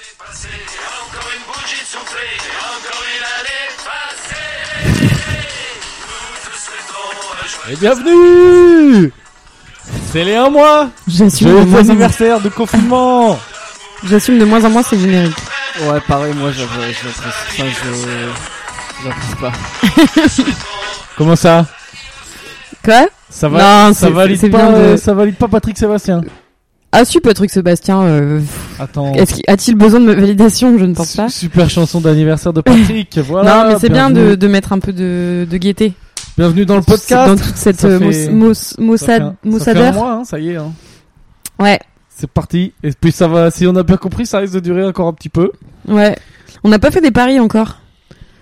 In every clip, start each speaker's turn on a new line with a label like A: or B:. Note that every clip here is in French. A: passer, encore une bougie de soufflé, encore une année passée. Nous te souhaitons un joyeux
B: Et bienvenue C'est les 1 mois
C: J'assume de,
B: Joyeux
C: moins en moins.
B: anniversaire de confinement
C: J'assume de moins en moins ces génériques.
D: Ouais, pareil, moi j'avais, j'apprécie enfin, je. J'apprécie pas.
B: Comment ça
C: Quoi
B: ça, va,
C: Non,
B: ça,
C: c'est- c'est
B: valide
C: bien
B: pas, euh,
C: de-
B: ça valide pas Patrick Sébastien
C: Ah si, Patrick Sébastien, euh,
B: Attends,
C: est-ce qu'il- a-t-il besoin de ma validation Je ne pense pas.
B: su- super chanson d'anniversaire de Patrick voilà,
C: non, mais c'est bien
B: bienvenue-
C: de, de mettre un peu de, de gaieté
B: Bienvenue dans le podcast
C: dans toute cette
B: Ça
C: euh,
B: fait-
C: mous- mous-
B: Ça fait un- Ça fait
C: moussade-
B: un
C: moussadeur.
B: mois, hein, ça y est hein.
C: Ouais,
B: C'est parti Et puis ça va, si on a bien compris, ça risque de durer encore un petit peu
C: ouais. On n'a pas fait des paris encore.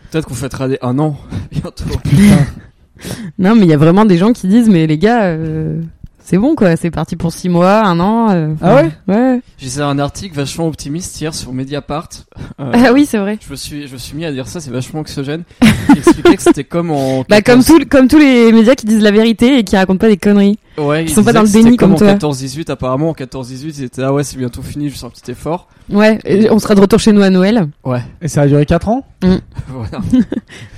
D: Peut-être qu'on fêtera des un an bientôt.
C: Non, mais il y a vraiment des gens qui disent, mais les gars, euh, c'est bon quoi, c'est parti pour six mois, un an. euh,
B: Ah ouais
C: Ouais.
D: J'ai lu un article vachement optimiste hier sur Mediapart. Euh,
C: Ah oui, c'est vrai.
D: Je me suis, je me suis mis à dire ça, c'est vachement oxygène. Qui expliquait que c'était comme en.
C: Bah comme
D: 14
C: tout, comme tous les médias qui disent la vérité et qui racontent pas des conneries.
D: Ouais,
C: Ils
D: il
C: sont
D: disait
C: pas dans
D: que
C: le
D: c'était
C: déni comme
D: comme,
C: toi.
D: en 14-18, apparemment en 14-18, ils étaient ah ouais, c'est bientôt fini, juste un petit effort.
C: Ouais, et on sera de retour chez nous à Noël.
D: Ouais,
B: Et ça a duré 4 ans
D: voilà.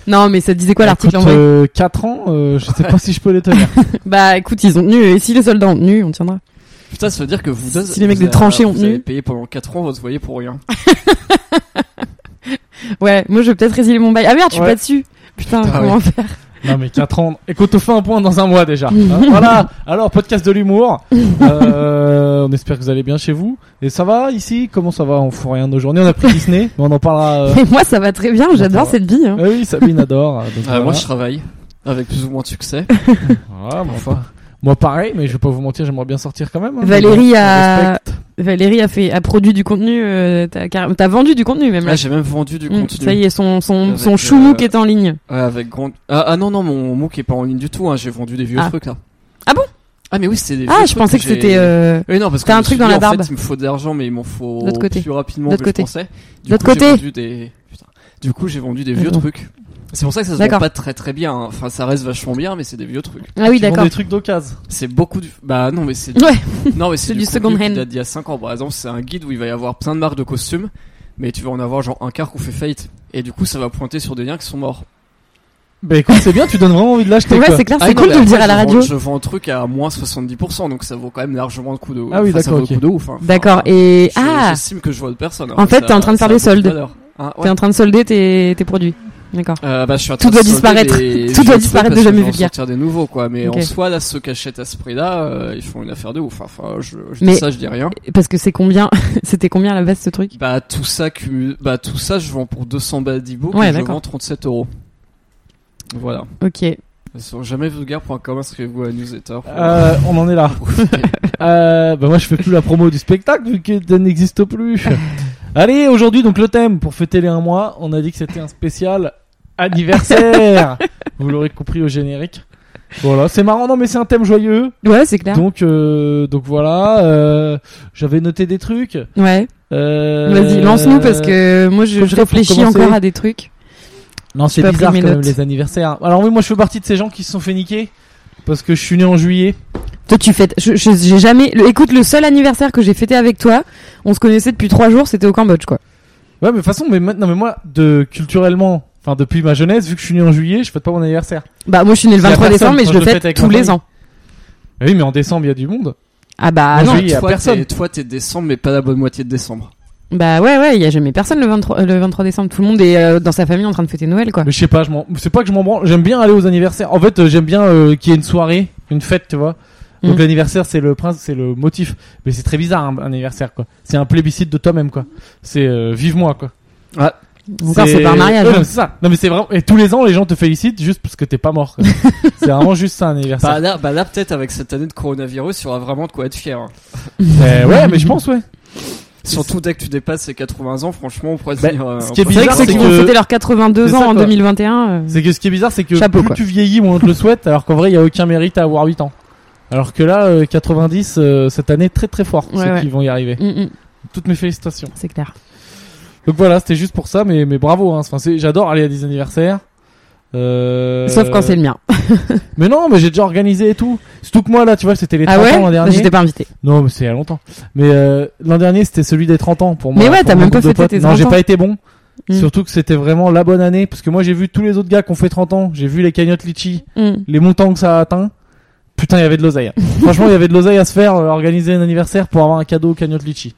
C: Non, mais ça disait quoi
D: Bah,
C: l'article en
B: Écoute,
C: vrai
B: euh, 4 ans, euh, je sais pas si je peux les tenir
C: Bah écoute, ils ont tenu, et si les soldats ont tenu, on tiendra.
D: Putain, ça veut dire que vous deux.
C: Si les mecs
D: vous
C: des tranchées
D: avez-
C: ont
D: Vous avez
C: tenu.
D: payé pendant 4 ans, vous se voyez pour rien.
C: Ouais, moi je vais peut-être résilier mon bail. Ah merde, je suis
B: Ouais.
C: pas dessus. Putain,
D: Putain,
C: comment faire
B: Non mais 4 ans. Écoute, on fait un point dans un mois déjà. Hein, voilà. Alors podcast de l'humour. Euh, on espère que vous allez bien chez vous. Et ça va ici Comment ça va On fout rien de nos journées. On a pris Disney, mais on en parlera. Euh...
C: Et moi ça va très bien, j'adore
B: va.
C: cette vie. hein.
B: Ah oui, Sabine adore. euh, donc
D: Ah,
B: voilà.
D: Moi, je travaille. Avec plus ou moins de succès.
B: Voilà, bon, enfin. Moi pareil, mais je vais pas vous mentir, j'aimerais bien sortir quand même. hein.
C: Valérie
B: Je
C: a-
B: respecte.
C: Valérie a fait, a produit du contenu, euh, t'as car- t'as vendu du contenu même là.
D: Là, Ah, j'ai même vendu du
C: Mm,
D: contenu.
C: ça y est, son son
D: Avec,
C: son choumou
D: euh,
C: qui est en ligne.
D: Ouais, avec grand. Ah, ah non, non, mon MOOC est pas en ligne du tout, hein. j'ai vendu des vieux
C: Ah.
D: trucs là.
C: Ah bon
D: Ah, mais oui, c'était des
C: Ah,
D: vieux
C: je
D: trucs
C: pensais que
D: j'ai-
C: c'était. euh,
D: Oui, non, parce que
C: T'as
D: je
C: un
D: me
C: truc
D: suis
C: dans
D: dit,
C: la
D: en
C: barbe.
D: fait, il me faut de l'argent, mais il m'en faut
C: D'autre côté.
D: plus rapidement
C: D'autre
D: que
C: côté.
D: je pensais. Du
C: D'autre
D: coup, j'ai
C: côté.
D: vendu des- putain. Du coup, j'ai vendu des vieux
C: Attends.
D: trucs. C'est pour ça que ça se
C: D'accord.
D: vend pas très très bien. hein. Enfin, ça reste vachement bien, mais c'est des vieux trucs.
C: Ah oui,
B: Ils vendent
C: d'accord.
B: Des trucs d'occasion.
D: C'est beaucoup du. Bah non, mais c'est.
C: Ouais.
D: Non, mais c'est
C: C'est
D: du, contenu
C: du second
D: qui
C: hand.
D: date d'il y a 5 ans. Par exemple, c'est un guide où il va y avoir plein de marques de costumes, mais tu vas en avoir genre un quart qu'on fait faillite. Et du coup, ça va pointer sur des liens qui sont morts.
B: Bah écoute, c'est bien, tu donnes vraiment envie de l'acheter.
C: Ouais,
B: quoi.
C: c'est clair,
D: Ah
C: c'est
D: non,
C: cool
D: mais
C: de le
D: après,
C: dire à la
D: je vends-
C: radio.
D: Je vends un truc à moins 70%, donc ça vaut quand même largement le coup de.
B: Ah oui,
D: enfin, ça
B: d'accord,
D: vaut le
B: ok.
D: coup de ouf. hein. Enfin,
C: D'accord. Et
D: je-
C: ah,
D: J'estime que je vois de personne. hein.
C: En
D: Ça-
C: fait, t'es en train de
D: ça
C: faire des
D: a beaucoup de
C: soldes.
D: valeur. Hein, ouais.
C: t'es en train de solder tes tes produits. D'accord.
D: Euh, bah, je suis en
C: Tout
D: train
C: doit
D: de solder
C: disparaître.
D: des-
C: Tout
D: je
C: doit
D: vais
C: disparaître de
D: parce que
C: jamais
D: je vais en
C: vulgaire.
D: sortir des nouveaux, quoi. Mais
C: Ok.
D: en soi, là, ceux qui achètent à ce prix-là, euh, ils font une affaire de ouf. Enfin, je, je
C: Mais-
D: dis ça, je dis rien.
C: Parce que c'est combien C'était combien à la base ce truc
D: Bah tout ça cumule- bah tout ça je vends pour 200 balles d'ebook
C: Ouais,
D: et je
C: d'accord.
D: vends 37 euros. Voilà.
C: Ok.
D: Sur vulgaire.com inscrivez-vous à la newsletter.
B: Euh, on en est là. Euh, bah moi je fais plus la promo du spectacle vu que ça n'existe plus. Allez, aujourd'hui donc le thème pour fêter les un mois, on a dit que c'était un spécial anniversaire. Vous l'aurez compris au générique. Voilà, c'est marrant non mais c'est un thème joyeux.
C: Ouais, c'est clair.
B: Donc euh, donc voilà, euh, j'avais noté des trucs.
C: ouais.
B: Euh,
C: Vas-y, lance-nous parce que moi je,
B: comme
C: je
B: ça, pour
C: réfléchis
B: commencer.
C: encore à des trucs.
B: non c'est
C: j'ai pas
B: bizarre
C: pris
B: quand
C: mes
B: même
C: notes.
B: les anniversaires. Alors oui moi je fais partie de ces gens qui se sont fait niquer parce que je suis né en juillet.
C: Toi, tu fêtes. je- je- J'ai jamais. le- écoute, le seul anniversaire que j'ai fêté avec toi, on se connaissait depuis trois jours, c'était au Cambodge, quoi.
B: Ouais, mais de toute façon, mais maintenant, mais moi, de culturellement, enfin depuis ma jeunesse, vu que je suis né en juillet, je fête pas mon anniversaire.
C: Bah, moi, je suis né le
B: C'est la
C: 23
B: personne,
C: décembre, mais
B: quand
C: je
B: je
C: le
B: le
C: fête
B: fête avec
C: tous
B: ma
C: les
B: famille.
C: ans.
B: Ah oui, mais en décembre, il y a du monde.
C: Ah
B: Moi,
C: bah non.
B: je- il y a
D: toi,
B: personne.
D: t'es- Toi t'es décembre mais pas la bonne moitié de décembre.
C: Bah ouais, ouais, il y a jamais personne le 23, euh, le 23 décembre. Tout le monde est euh, dans sa famille en train de fêter Noël, quoi.
B: Mais je sais pas, je m'en, c'est pas que je m'en branle. J'aime bien aller aux anniversaires. En fait, euh, j'aime bien euh, qu'il y ait une soirée, une fête, tu vois. Donc
C: Mm.
B: l'anniversaire, c'est le prince, c'est le motif. Mais c'est très bizarre un, un anniversaire, quoi. C'est un plébiscite de toi-même, quoi. C'est euh, vive-moi, quoi.
C: Encore, c'est pas un mariage.
B: Ouais,
C: hein.
B: non, c'est ça. Non, mais c'est vraiment. Et tous les ans, les gens te félicitent juste parce que t'es pas mort. quoi. c'est vraiment juste ça un anniversaire.
D: Bah là, bah là peut-être avec cette année de coronavirus, il y aura vraiment de quoi être fier. hein.
B: Euh, ouais, mais je pense, ouais.
D: Surtout dès que tu dépasses les 80 ans, franchement, on pourrait
B: Bah,
D: dire, euh,
B: ce qui est
D: on pourrait
C: C'est vrai que
B: bizarre,
C: ceux
D: dire,
C: qui
B: c'est
C: vont
B: que-
C: fêter leurs 82
B: c'est
C: ans
B: ça,
C: en
B: quoi.
C: 2021. euh,
B: C'est que ce qui est bizarre, c'est que
C: Chapeau,
B: plus
C: quoi.
B: tu vieillis, moins on te le souhaite, alors qu'en vrai, il y a aucun mérite à avoir 8 ans. Alors que là, euh, 90, euh, cette année, très très fort,
C: Ouais,
B: ceux
C: ouais.
B: qui vont y arriver.
C: mm, mm,
B: Toutes mes félicitations.
C: C'est clair.
B: Donc voilà, c'était juste pour ça, mais, mais bravo. Hein. Enfin, c'est- J'adore aller à des anniversaires. Euh,
C: Sauf quand c'est le mien.
B: mais non, mais j'ai déjà organisé et tout. Surtout que moi, là, tu vois, c'était les 30
C: Ah ouais
B: ans l'an dernier.
C: J'étais pas invité.
B: Non, mais c'est il y a longtemps. Mais euh, l'an dernier, c'était celui des 30 ans pour moi.
C: Mais ouais,
B: pour
C: t'as
B: mon
C: même
B: groupe
C: pas
B: de
C: fêté
B: potes.
C: tes
B: Non, j'ai
C: 30 ans.
B: pas été bon.
C: Mm.
B: Surtout que c'était vraiment la bonne année. Parce que moi, j'ai vu tous les autres gars qui ont fait 30 ans. J'ai vu les cagnottes Litchi,
C: Mm.
B: les montants que ça a atteint. Putain, il y avait de l'oseille. Franchement, il y avait de l'oseille à se faire, euh, organiser un anniversaire pour avoir un cadeau aux cagnottes Litchi.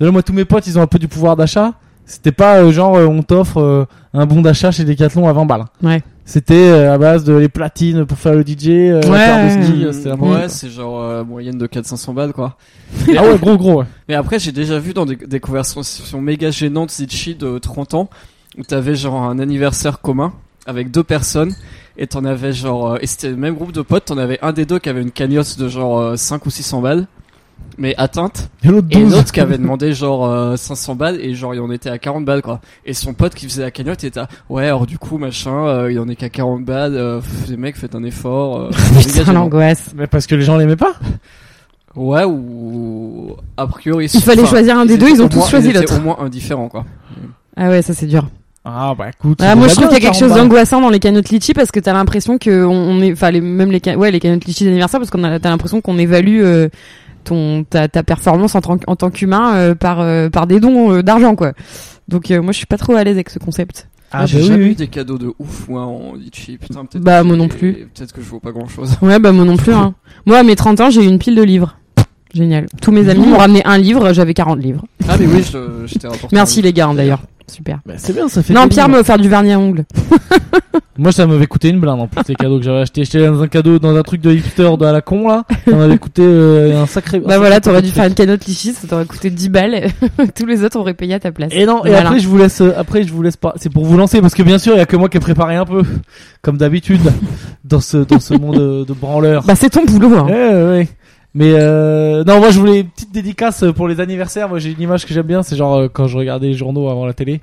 B: Déjà, moi, tous mes potes, ils ont un peu du pouvoir d'achat. C'était pas euh, genre, euh, on t'offre euh, un bon d'achat chez Decathlon à 20 balles.
C: Ouais.
B: C'était euh, à base de les platines pour faire le DJ, euh, la
C: Ouais.
B: paire de ski, euh, c'était la
D: Ouais,
B: moyenne,
D: ouais, c'est genre euh, moyenne de 400-500 balles quoi.
B: quoi. Ah ouais, gros, gros. ouais.
D: Mais après, j'ai déjà vu dans des, des conversations méga gênantes Zitchi de 30 ans où t'avais genre un anniversaire commun avec deux personnes et t'en avais genre euh, et c'était le même groupe de potes, t'en avais un des deux qui avait une cagnotte de genre euh, 5 ou 600 balles mais atteinte
B: Et l'autre
D: et
B: 12.
D: l'autre qui avait demandé genre euh, 500 balles et genre il en était à 40 balles quoi. Et son pote qui faisait la cagnotte il était à, ouais, alors du coup machin, euh, il en est qu'à 40 balles, euh, pff, les mecs faites un effort. euh, méga
C: Putain,
D: gênant.
C: l'angoisse.
B: Mais parce que les gens l'aimaient pas.
D: Ouais, ou a priori.
C: Il fallait choisir un des deux, ils ont
D: au
C: tous
D: moins-
C: choisi
D: ils étaient
C: l'autre.
D: au moins indifférent, quoi.
C: Ah ouais, ça c'est dur.
B: Ah bah écoute.
C: Ah,
B: c'est
C: moi je
B: déjà
C: trouve qu'il y a
B: bien,
C: quelque chose
B: 40 balles.
C: d'angoissant dans les cagnottes litchi parce que t'as l'impression que on, on est, enfin les, même les ca- ouais les cagnottes litchi d'anniversaire parce qu'on a t'as l'impression qu'on évalue euh, ton ta, ta performance en, tant- en tant qu'humain euh, par euh, par des dons euh, d'argent quoi. Donc euh, moi je suis pas trop à l'aise avec ce concept.
B: Ah,
D: Moi,
B: bah
D: j'ai jamais eu
B: oui, oui.
D: des cadeaux de ouf, moi, en litchi. Putain, peut-être.
C: Bah,
D: que
C: moi
D: j'ai-
C: non plus.
D: Peut-être que je vaux pas grand chose.
C: Ouais bah moi non plus. Hein. moi à mes 30 ans j'ai eu une pile de livres. Génial. Tous mes amis m'ont ramené un livre, j'avais 40 livres.
D: Ah, mais oui, je, je t'ai rapporté.
C: Merci les gars hein, d'ailleurs. Super.
B: Bah, c'est bien, ça fait.
C: Non
B: plaisir.
C: Pierre m'a offert du vernis à ongles.
B: Moi ça m'avait coûté une blinde en plus les cadeaux que j'avais acheté. J'étais dans un cadeau dans un truc de hipster de à la con là. Ça m'avait coûté euh, un sacré.
C: Bah
B: un
C: voilà,
B: sacré
C: t'aurais dû
B: truc.
C: faire une cagnotte litchi, ça t'aurait coûté 10 balles. Tous les autres auraient payé à ta place.
B: Et non, et
C: Voilà.
B: après je vous laisse, euh, après je vous laisse pas. C'est pour vous lancer parce que bien sûr il y a que moi qui ai préparé un peu, comme d'habitude, dans ce dans ce monde euh, de branleurs.
C: Bah c'est ton boulot. Hein.
B: Ouais, ouais, ouais. Mais euh, non, moi je voulais une petite dédicace pour les anniversaires. Moi j'ai une image que j'aime bien, c'est genre euh, quand je regardais les journaux avant la télé.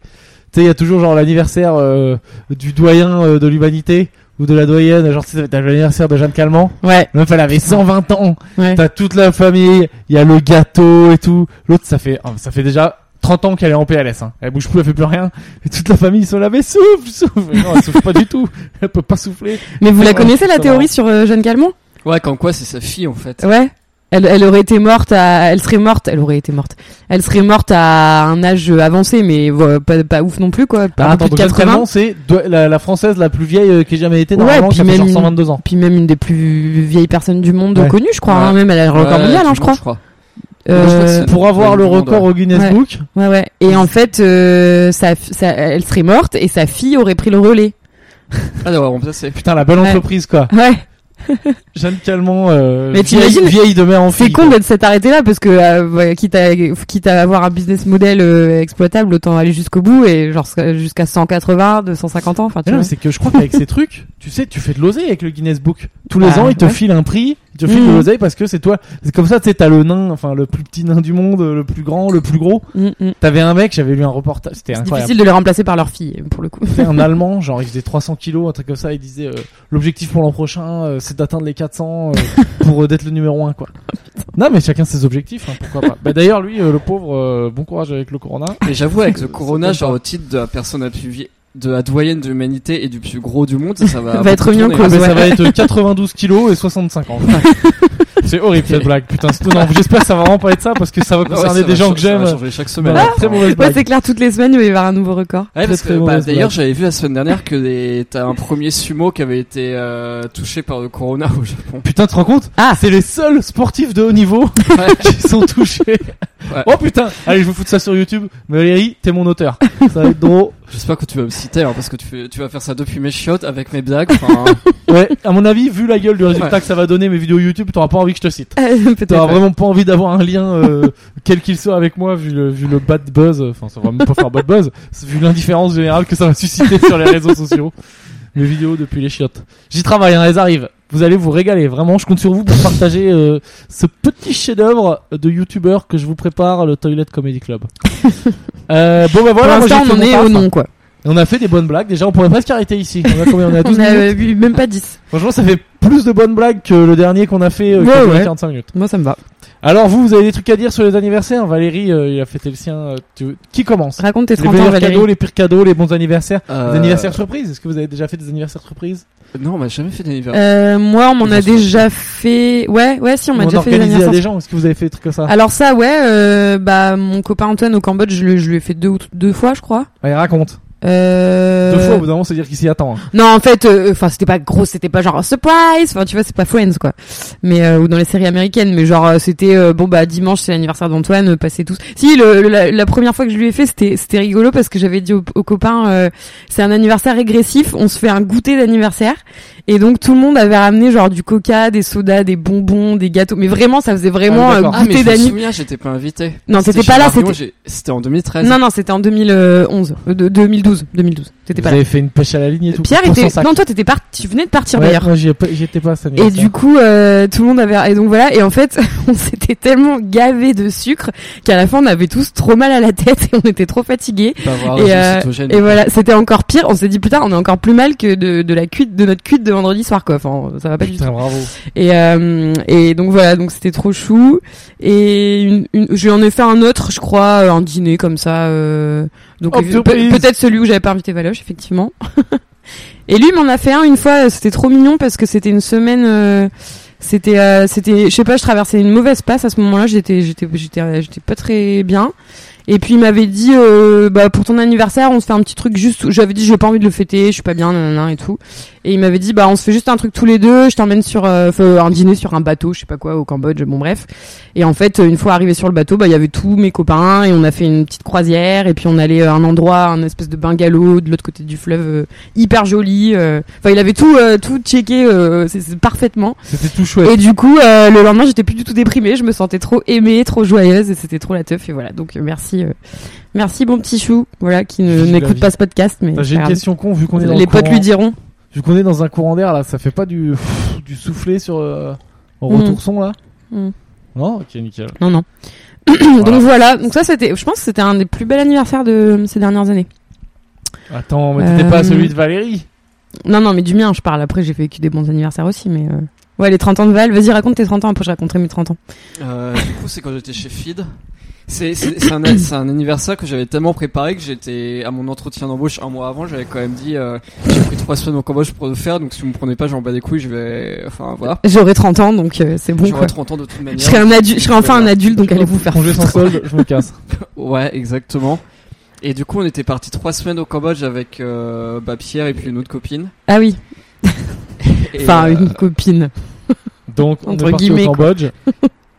B: Tu sais, il y a toujours genre l'anniversaire euh, du doyen euh, de l'humanité ou de la doyenne. Genre, tu sais, t'as l'anniversaire de Jeanne Calment.
C: Ouais,
B: La meuf, elle avait 120 ans.
C: ouais.
B: T'as toute la famille. Il y a le gâteau et tout. L'autre, ça fait, oh, ça fait déjà 30 ans qu'elle est en PLS. Hein. Elle bouge plus, elle fait plus rien. Et toute la famille, ils sont là, mais souffle, souffle. Mais Non, elle souffle pas du tout. Elle peut pas souffler.
C: Mais vous la
B: Ouais,
C: connaissez la
B: ça va.
C: théorie sur euh, Jeanne Calment
D: Ouais, comme quoi, c'est sa fille, en fait.
C: Ouais. Elle, elle aurait été morte à, elle serait morte, elle aurait été morte. Elle serait morte à un âge avancé, mais euh, pas, pas ouf non plus quoi. Pas
B: attends,
C: plus de
B: Ah, donc, Jeanne
C: 80.
B: Calment, c'est do- la, la française la plus vieille euh, qui ait jamais été.
C: Ouais,
B: Normalement,
C: puis
B: ça fait genre
C: même-
B: 122 ans.
C: Puis même une des plus vieilles personnes du monde
B: Ouais.
C: connue, je crois. hein.
D: Ouais.
C: même elle a le record
D: Ouais,
C: mondial, hein,
D: du
C: je crois.
D: monde,
C: Euh,
D: Moi, je crois que c'est-
B: Pour avoir
D: Ouais,
B: le
D: du monde,
B: record
D: ouais.
B: au Guinness
C: Ouais.
B: Book.
C: Euh, ouais, ouais. Et en fait, euh, sa, sa- elle serait morte et sa fille aurait pris le relais.
D: Ah, d'accord, bon, ça, c'est.
B: Putain, la belle
C: Ouais.
B: entreprise, quoi.
C: Ouais.
B: Jeanne Calment, euh,
C: Mais
B: vieille,
C: t'imagines-
B: vieille de mère en fille.
C: C'est con d'être s'est arrêté là parce que euh, ouais, quitte, à, quitte à avoir un business model euh, exploitable, autant aller jusqu'au bout et genre jusqu'à 180, 250 ans. Enfin, tu
B: Mais non, mais
C: vois.
B: c'est que je crois qu'avec ces trucs, tu sais, tu fais de l'oseille avec le Guinness Book. Tous les
C: Bah,
B: ans, ils te
C: ouais.
B: filent un prix, ils te filent
C: Mhm.
B: de l'oseille parce que c'est toi. C'est comme ça, tu sais, t'as le nain, enfin le plus petit nain du monde, le plus grand, le plus gros.
C: Mm, mm.
B: T'avais un mec, j'avais lu un reportage, c'était
C: C'est
B: incroyable.
C: difficile de les remplacer par leur fille, pour le coup.
B: C'était un Allemand, genre il faisait 300 kilos, un truc comme ça. Il disait euh, l'objectif pour l'an prochain, euh, c'est d'atteindre les 400 euh, pour euh, d'être le numéro un, quoi. Non, mais chacun ses objectifs, hein, pourquoi pas. Bah d'ailleurs, lui, euh, le pauvre, euh, bon courage avec le corona.
D: Mais j'avoue, avec le
B: Ça
D: Corona,
B: compte
D: genre,
B: pas.
D: au titre de la personne la plus vieille, de la doyenne de l'humanité et du plus gros du monde, ça, ça va.
C: Va être remis en
D: tourner. hein.
B: Ah,
C: cause.
B: mais ça
C: Ouais.
B: va être 92 kilos et 65 ans. c'est horrible cette blague. Putain, c'est- non, j'espère que ça va vraiment pas être ça parce que ça va
D: Ah, ouais, ça
B: concerner
D: va
B: des gens
D: changer-
B: que
D: ça
B: j'aime.
D: va changer Ah chaque semaine.
B: Voilà, très mauvaise
C: Ah. Ouais,
B: blague.
C: c'est clair, toutes les semaines, il va y avoir un nouveau record.
D: Ouais, parce
B: très
D: que, bah,
B: mauvaise
D: d'ailleurs,
B: blague.
D: j'avais vu la semaine dernière que les... t'as un premier sumo qui avait été euh, touché par le corona au Japon.
B: Putain, tu te rends compte
C: Ah.
B: C'est les seuls sportifs de haut niveau
D: Ouais.
B: qui sont touchés.
D: Ouais.
B: Oh putain Allez, je vous fous de ça sur YouTube. Valérie, t'es mon auteur. Ça va être drôle.
D: J'espère que tu vas me citer, hein, parce que tu, fais- tu vas faire ça depuis mes chiottes avec mes blagues. enfin, hein.
B: Ouais, à mon avis, vu la gueule du résultat
D: Ouais.
B: que ça va donner mes vidéos YouTube, t'auras pas envie que je te cite.
C: Peut-être.
B: T'auras
C: ouais.
B: vraiment pas envie d'avoir un lien, euh, quel qu'il soit avec moi, vu le, vu le bad buzz, euh, enfin ça va même pas faire bad buzz, c'est vu l'indifférence générale que ça va susciter sur les réseaux sociaux. Mes vidéos depuis les chiottes. J'y travaille, hein, elles arrivent. Vous allez vous régaler, vraiment, je compte sur vous pour partager euh, ce petit chef-d'œuvre de youtubeur que je vous prépare, le Toilet Comedy Club. euh, bon bah
C: Pour
B: voilà, moi, j'ai fait
C: l'instant, on en
B: mon
C: est
B: taf. hein.
C: au nom, quoi.
B: On a fait des bonnes blagues, déjà on pourrait presque arrêter ici. On a combien On est à 12
C: On a
B: minutes
C: euh, eu même pas 10.
B: Franchement, ça fait plus de bonnes blagues que le dernier qu'on a fait euh, qui a
C: Ouais,
B: duré
C: ouais.
B: 45 minutes.
C: Moi, ça me va.
B: Alors vous, vous avez des trucs à dire sur les anniversaires Valérie, euh, il a fêté le sien. euh, tu- Qui commence
C: Raconte tes
B: Les
C: 30 ans,
B: meilleurs
C: Valérie.
B: cadeaux, les pires cadeaux, les bons anniversaires,
D: Euh,
B: les anniversaires surprises. Est-ce que vous avez déjà fait des anniversaires surprises
D: Non, on m'a jamais fait d'anniversaire.
C: Euh, moi, on m'en a
B: Ils sont
C: déjà fait. Ouais, ouais, si, on m'a
B: Ou
C: déjà fait des
B: organisé à
C: anniversaires. Ah.
B: des gens. Est-ce que vous avez fait des trucs comme ça
C: Alors ça, ouais, euh, bah mon copain Antoine au Cambodge, je, le- je lui ai fait deux ou t- deux fois, je crois.
B: Allez, raconte.
C: Euh...
B: Deux fois, au bout d'un moment, c'est dire qu'il s'y attend. hein.
C: Non, en fait, euh, enfin, c'était pas gros, c'était pas genre oh, surprise. Enfin, tu vois, c'est pas Friends quoi, mais euh, ou dans les séries américaines. Mais genre, euh, c'était euh, bon bah dimanche, c'est l'anniversaire d'Antoine, euh, passez tous. Si le, le- la, la première fois que je lui ai fait, c'était c'était rigolo parce que j'avais dit aux, aux copains, euh, c'est un anniversaire régressif, on se fait un goûter d'anniversaire. Et donc tout le monde avait ramené genre du coca, des sodas, des bonbons, des gâteaux. Mais vraiment, ça faisait vraiment
B: Ah,
C: euh,
B: d'accord.
D: Ah, mais
C: goûter
D: je me
C: d'anniversaire.
D: souviens, j'étais pas invité.
C: Non,
D: C'était
C: t'étais pas
D: chez
C: là,
D: Marion, j'ai- C'était en 2013.
C: Non, non, c'était en 2011, euh, de- 2012, 2012. T'étais
B: Vous
C: pas là.
B: avez fait une pêche à la ligne et tout.
C: Pierre
B: pour
C: était.
B: son sac.
C: Non, toi, t'étais parti. Tu venais de partir
B: Ouais,
C: d'ailleurs.
B: moi, j'y ai pas- j'y étais pas cet
C: Et
B: anniversaire.
C: du coup, euh, tout le monde avait et donc voilà. Et en fait, on s'était tellement gavé de sucre qu'à la fin, on avait tous trop mal à la tête et on était trop fatigués.
D: Pas voir,
C: Et,
D: je
C: euh,
D: suis cétogène.
C: Et voilà, c'était encore pire. On s'est dit putain, on est encore plus mal que de, de la cuite de notre cuite de vendredi soir quoi. Enfin, ça va pas du tout.
B: Putain, bravo.
C: Et, euh, et donc voilà, donc c'était trop chou. Et une, une, je lui en ai fait un autre, je crois, euh, un dîner comme ça. euh, donc
B: Oh,
C: euh, peut-
B: surprise.
C: peut-être celui où j'avais pas invité Valoche, effectivement. et lui il m'en a fait un une fois. euh, C'était trop mignon parce que c'était une semaine. euh, c'était, euh, c'était, je sais pas, je traversais une mauvaise passe à ce moment-là. J'étais, j'étais, j'étais, euh, j'étais pas très bien. Et puis il m'avait dit, euh, bah pour ton anniversaire, on se fait un petit truc juste. où- J'avais dit, j'ai pas envie de le fêter, je suis pas bien, nanana et tout. Et il m'avait dit, bah on se fait juste un truc tous les deux. Je t'emmène sur euh, enfin, un dîner sur un bateau, je sais pas quoi, au Cambodge. Bon bref. Et en fait, euh, une fois arrivé sur le bateau, bah il y avait tous mes copains et on a fait une petite croisière. Et puis on allait à un endroit, un espèce de bungalow de l'autre côté du fleuve, euh, hyper joli. euh. Enfin, il avait tout, euh, tout checké euh, c'est- c'est parfaitement.
B: C'était tout chouette.
C: Et du coup, euh, le lendemain, j'étais plus du tout déprimée. Je me sentais trop aimée, trop joyeuse, et c'était trop la teuf. Et voilà. Donc euh, merci, euh, merci bon petit chou, voilà, qui ne-
B: Vive la
C: n'écoute
B: vie.
C: pas ce podcast, mais
B: Attends, J'ai
C: c'est
B: une
C: pas
B: question con vu qu'on est
C: grave.
B: dans
C: les
B: le
C: potes
B: courant-
C: lui diront.
B: Vu qu'on est dans un courant d'air là, ça fait pas du du soufflé sur euh, en
C: Mm.
B: retour son là
C: Mm.
B: Non, ok nickel.
C: Non, non.
B: Voilà.
C: Donc voilà. Donc ça, c'était, je pense, que c'était un des plus bels anniversaires de euh, ces dernières années.
B: Attends, mais t'étais
C: Euh,
B: pas à celui de Valérie
C: Non, non, mais du mien, je parle. Après, j'ai vécu des bons anniversaires aussi, mais euh, ouais, les 30 ans de Val. Vas-y, raconte tes 30 ans. Après, je raconterai mes 30 ans.
D: Euh, du coup, c'est quand j'étais chez Feed. C'est c'est- c'est un, c'est un anniversaire que j'avais tellement préparé que j'étais à mon entretien d'embauche un mois avant. J'avais quand même dit euh, j'ai pris trois semaines au Cambodge pour le faire, donc si vous me prenez pas, j'en bats les couilles. Je vais, enfin voilà,
C: J'aurai 30 ans, donc euh, c'est bon.
D: j'aurai
C: Quoi.
D: 30 ans de toute
C: Je
D: manière.
C: serai un adulte. Je serai enfin un adulte, donc allez vous faire.
B: Congé sans
C: foutre.
B: solde, je me casse.
D: Ouais, exactement. Et du coup, on était parti trois semaines au Cambodge avec euh, bah, Pierre et puis une autre copine.
C: Ah oui.
D: Et,
C: Enfin,
D: euh,
C: une copine.
B: Donc on
C: Entre
B: est parti au
C: guillemets, quoi.
B: Cambodge.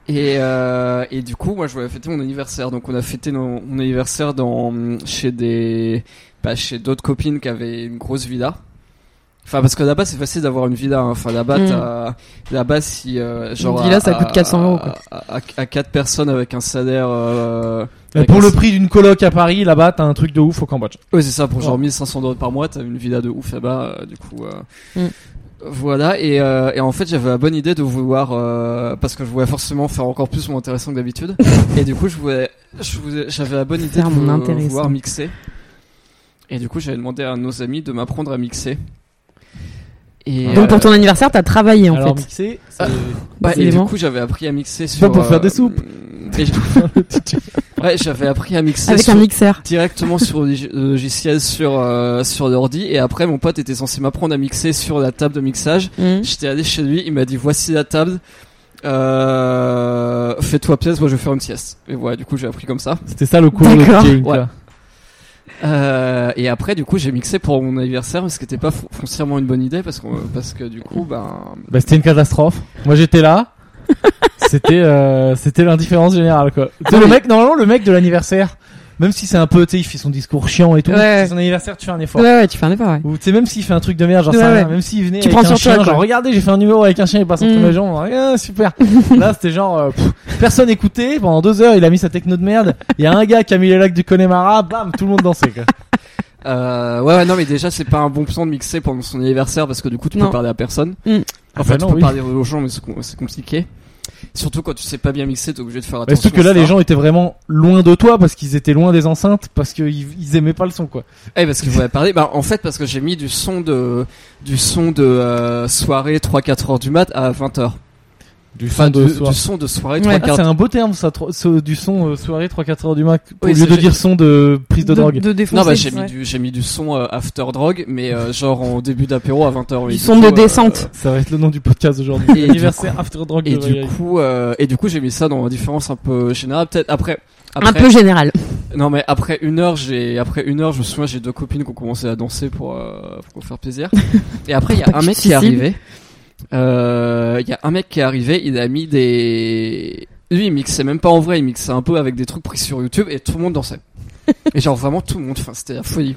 D: Et, euh, et du coup, moi, je voulais fêter mon anniversaire. Donc, on a fêté nos- mon anniversaire dans, chez des, bah, chez d'autres copines qui avaient une grosse villa. Enfin, parce que là-bas, c'est facile d'avoir une villa. hein. Enfin, là-bas,
C: Mm.
D: t'as- là-bas, si, euh, genre.
C: villa,
D: à-
C: ça coûte
D: à-
C: 400 euros, quoi.
D: À, à, à quatre personnes avec un salaire, euh,
B: Mais
D: avec
B: pour
D: un-
B: le prix d'une coloc à Paris, là-bas, t'as un truc de ouf au Cambodge.
D: Ouais, c'est ça, pour genre
B: Ouais.
D: 1500 dollars par mois, t'as une villa de ouf là-bas, euh, du coup. euh,
C: Mm.
D: Voilà, et, euh, et en fait, j'avais la bonne idée de vouloir, euh, parce que je voulais forcément faire encore plus mon intéressant que d'habitude, et du coup, je voulais, je voulais- j'avais la bonne idée
C: Faire
D: de
C: mon
D: vou-
C: intéressant.
D: vouloir mixer. Et du coup, j'avais demandé à nos amis de m'apprendre à mixer. Et,
C: Ah. Donc pour
D: euh,
C: ton anniversaire, t'as travaillé en
B: Alors
C: fait.
B: mixé,
D: bah, et du
C: décidément.
D: coup, j'avais appris à mixer sur.
B: pour faire des soupes.
D: et j'- ouais, j'avais appris à mixer
C: Avec
D: sur-
C: un mixeur.
D: directement sur le log- le logiciel sur euh, sur l'ordi et après mon pote était censé m'apprendre à mixer sur la table de mixage.
C: Hmm.
D: J'étais allé chez lui, il m'a dit voici la table. Euh, fais-toi pièce, moi je vais faire une sieste. Et voilà, du coup j'ai appris comme ça.
B: c'était ça le cours de
C: D'accord.
B: DJing,
D: Ouais.
B: là.
D: Euh, et après du coup j'ai mixé pour mon anniversaire, mais ce qui était pas fon- foncièrement une bonne idée parce que parce que du coup ben
B: Bah, c'était une catastrophe. Moi j'étais là. c'était euh, c'était l'indifférence générale quoi. Tu sais, le mec normalement le mec de l'anniversaire, même si c'est un peu tu sais il fait son discours chiant et tout,
C: Ouais.
B: c'est son anniversaire, tu fais un effort.
C: Ouais, ouais, tu fais un effort, ouais.
B: Ou tu sais même s'il fait un truc de merde, genre
C: Ouais,
B: ça,
C: ouais.
B: même s'il venait
C: Tu
B: avec
C: prends
B: un
C: sur
B: chien,
C: toi, quoi.
B: genre regardez, j'ai fait un numéro avec un chien, il passe entre
C: Mm.
B: mes jambes, Ah, super. Là, c'était genre euh, pff, personne écoutait pendant deux heures, il a mis sa techno de merde. Il y a un gars qui a mis les lacs du Connemara, bam, tout le monde dansait. Quoi.
D: euh, ouais, ouais, non mais déjà c'est pas un bon plan de mixer pendant son anniversaire parce que du coup tu
C: Non.
D: peux parler à personne.
B: Enfin,
D: Enfin, tu
B: Ah bah non,
D: peux
B: oui.
D: parler aux gens, mais c'est com- c'est compliqué. Surtout quand tu sais pas bien mixer, t'es obligé de faire
B: Bah,
D: attention.
B: surtout que là,
D: etc.
B: les gens étaient vraiment loin de toi parce qu'ils étaient loin des enceintes, parce qu'ils ils aimaient pas le son quoi.
D: Eh, parce que vous m'avez parlé. Bah, en fait, parce que j'ai mis du son de, du son de euh, soirée 3-4 heures du mat à 20 heures.
B: Du
D: Enfin,
B: son de
D: du,
B: soir.
D: du son de soirée,
C: Ouais.
D: trois
B: Ah,
D: quarts
B: c'est un beau terme, ça, tro- ce- du son euh, soirée 3-4 heures du mat, au
D: Oui,
B: lieu
D: c'est
B: de
D: vrai.
B: dire son de prise de, drogue.
C: De défoncer.
D: Non, bah j'ai
C: ouais.
D: mis, du- j'ai mis du son euh, after drug, mais euh, genre en début d'apéro à 20h.
C: Du son de descente.
B: Ça va être le nom du podcast aujourd'hui.
D: euh, Et du
B: Anniversaire After Drug
D: et,
B: de
D: du
B: Valérie.
D: coup, euh, et du coup, j'ai mis ça dans différence un peu générale. Peut-être après. après
C: Un peu général.
D: Non, mais après une heure, j'ai après une heure, je me souviens, j'ai deux copines qui ont commencé à danser pour, euh, pour faire plaisir. Et après, il y
C: Pour
D: a
C: pas
D: un
C: que
D: mec
C: tu
D: qui est
C: suicides.
D: arrivé. Euh, Il y a un mec qui est arrivé. Il a mis des. Lui, il mixait même pas en vrai. Il mixait un peu avec des trucs pris sur YouTube et tout le monde dansait. et genre vraiment tout le monde. Enfin, c'était la folie.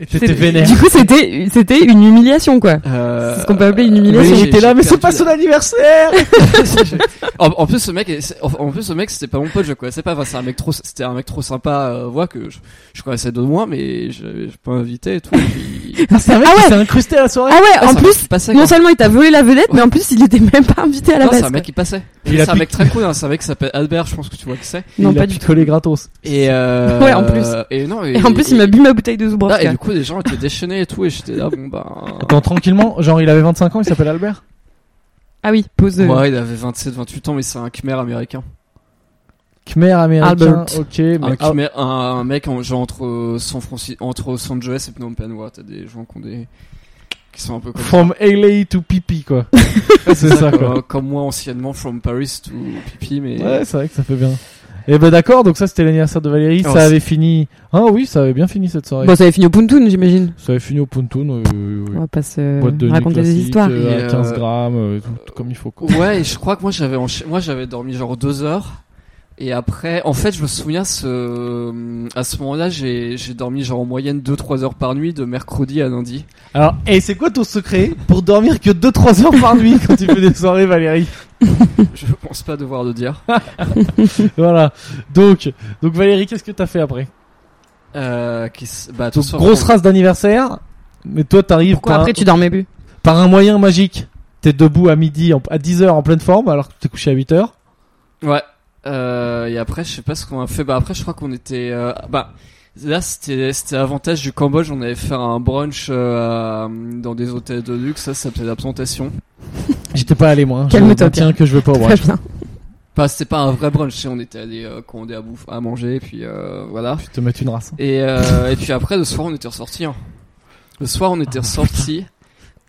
B: Et t'étais vénère.
C: Du coup, c'était, c'était une humiliation, quoi.
D: Euh,
C: C'est ce qu'on peut appeler une
B: Mais
C: humiliation.
D: j'ai-
B: j'étais là,
D: j'ai
B: mais c'est
D: perdu
B: pas
D: la-
B: son anniversaire!
D: en, en plus, ce mec, est- c'est- en, en plus, ce mec, c'était pas mon pote, je connaissais pas. Enfin, c'est un mec trop, c'était un mec trop sympa, euh, voix que je, je connaissais de loin, mais je, je pas invité et tout. Et puis-
B: C'est un mec
C: Ah
B: qui
C: ouais.
B: s'est incrusté à la soirée.
C: Ah ouais,
D: Ah, c'est
C: en
D: un mec
C: plus,
D: qui passait,
C: non
D: quoi.
C: seulement il t'a volé la vedette, mais en plus, il était même pas invité à la
D: Non,
C: base.
D: c'est un mec
C: quoi.
D: qui passait.
B: Il
D: Et
B: a
D: C'est un
B: pu-
D: mec très cool, hein, c'est un mec qui s'appelle Albert, je pense que tu vois qui c'est.
C: Non,
B: il
C: pas
B: a
C: du
B: pu te coller gratos.
D: Et euh,
C: Ouais, en plus.
D: Et non, et,
C: Et en plus, il m'a bu ma bouteille de
D: Ah, et
C: Zubrovka.
D: du coup, les gens étaient déchaînés et tout, et j'étais là, bon bah.
B: Attends, tranquillement, genre il avait 25 ans, il s'appelle Albert.
C: Ah oui, pause. euh,
D: Ouais, il avait 27, 28 ans, mais c'est un Khmer américain.
B: Khmer américain,
C: Albert.
B: ok, mais
D: Un,
B: ah,
D: Khmer- un, un mec en, genre entre euh, San Francisco, entre San Jose et Phnom Penh, ouais, t'as des gens qui ont des, qui sont un peu comme
B: from LA to pipi, quoi. c'est ça, quoi.
D: Comme, comme moi anciennement, from Paris to pipi, mais.
B: Ouais, c'est vrai que ça fait bien. Et ben d'accord, donc ça c'était l'anniversaire de Valérie,
D: Alors,
B: ça
D: c'est-
B: avait fini. Ah oui, ça avait bien fini cette soirée.
C: Bon, ça avait fini au Puntun, j'imagine.
B: Ça avait fini au pontoon, euh, oui, oui.
C: On va pas
B: boîte de nuit
C: se raconter des
B: classique,
C: histoires.
B: euh, à
D: Et,
B: 15
D: euh,
B: grammes, euh, tout, tout comme il faut. Quoi.
D: Ouais, et je crois que moi j'avais encha- moi j'avais dormi genre deux heures. Et après, en fait, je me souviens, ce... à ce moment-là, j'ai j'ai dormi genre en moyenne 2-3 heures par nuit de mercredi à lundi.
B: Alors, et c'est quoi ton secret pour dormir que 2-3 heures par nuit quand tu fais des soirées, Valérie
D: Je pense pas devoir le dire.
B: Voilà. Donc, donc Valérie, qu'est-ce que t'as fait après
D: Euh, qui s- bah,
B: Donc,
D: attention,
B: grosse
D: on-
B: race d'anniversaire, mais toi t'arrives
C: Pourquoi
B: par,
C: après tu dormais plus
B: par un moyen magique. T'es debout à midi, en- à 10h en pleine forme, alors que t'es couché à 8h.
D: Ouais. Euh, et après, je sais pas ce qu'on a fait. Bah après, je crois qu'on était. euh, bah là, c'était c'était avantage du Cambodge. On avait fait un brunch euh, à- dans des hôtels de luxe. Ça, ça s'appelait la plantation.
B: J'étais pas allé, moi. hein.
C: Calme-toi,
B: Je maintiens que je veux pas au
C: Très
B: brunch.
C: bien.
D: Bah, c'était pas un vrai brunch. c'est- On était allé euh, commander à bouffe, à manger, et puis euh, voilà.
B: Je vais te mettre une race. hein.
D: Et, euh, et puis après, le soir, on était ressortis. hein. Le soir, on était ressortis.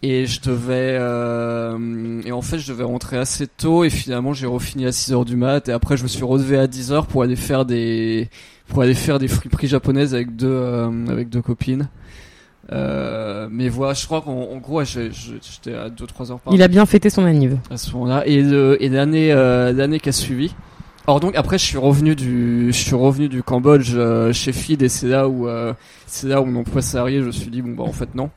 D: Et je devais. euh, et en fait, je devais rentrer assez tôt. Et finalement, j'ai refini à 6h du mat. Et après, je me suis relevé à 10h pour aller faire des. Pour aller faire des friperies japonaises avec deux, euh, avec deux copines. Euh, mais voilà, je crois qu'en en gros, ouais, j'ai- j'ai- j'étais à 2-3 heures par
C: Il a bien fêté son anniv.
D: à ce moment-là et, le- et l'année euh, l'année qui a suivi. Or donc après je suis revenu du je suis revenu du Cambodge euh, chez Fid et c'est là où euh, c'est là où mon emploi salarié je me suis dit bon bah en fait non.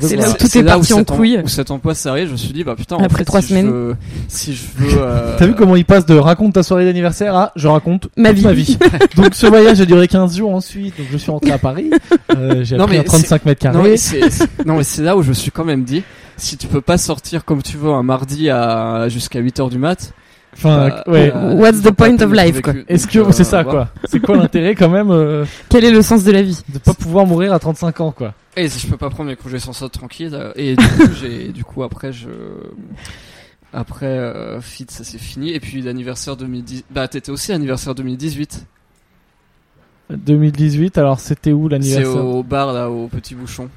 C: C'est là
D: Voilà.
C: où tout est parti
D: où
C: en
D: cet em-
C: couille.
D: Où cet emploi salarié je me suis dit bah putain en
C: Après
D: fait,
C: trois
D: si
C: semaines.
D: Je veux, si je veux euh,
B: T'as vu comment il passe de raconte ta soirée d'anniversaire à je raconte
C: Ma
B: toute
C: vie.
B: ma vie. donc ce voyage a duré 15 jours ensuite, donc je suis rentré à Paris, euh, j'ai
D: Non,
B: appris
D: mais
B: à 35 mètres
D: Non mais
B: carrés.
D: c'est c'est- non, mais c'est là où je me suis quand même dit si tu peux pas sortir comme tu veux un mardi à jusqu'à 8h du mat.
B: Enfin,
D: bah,
B: ouais.
D: euh,
C: What's the
D: t'as pas
C: point
D: tout
C: of life,
D: vécu.
C: quoi.
D: Donc,
B: Est-ce que
D: euh,
B: c'est ça
D: voilà.
B: quoi C'est quoi l'intérêt quand même euh,
C: Quel est le sens de la vie
B: de pas pouvoir mourir à 35 ans quoi
D: Et si je peux pas prendre mes congés sans ça tranquille. euh, Et du coup, j'ai, du coup après, je, après, euh, fit, ça c'est fini. Et puis l'anniversaire 2010, bah t'étais aussi anniversaire 2018.
B: 2018, alors c'était où
D: C'est
B: l'anniversaire
D: au bar là, au petit bouchon.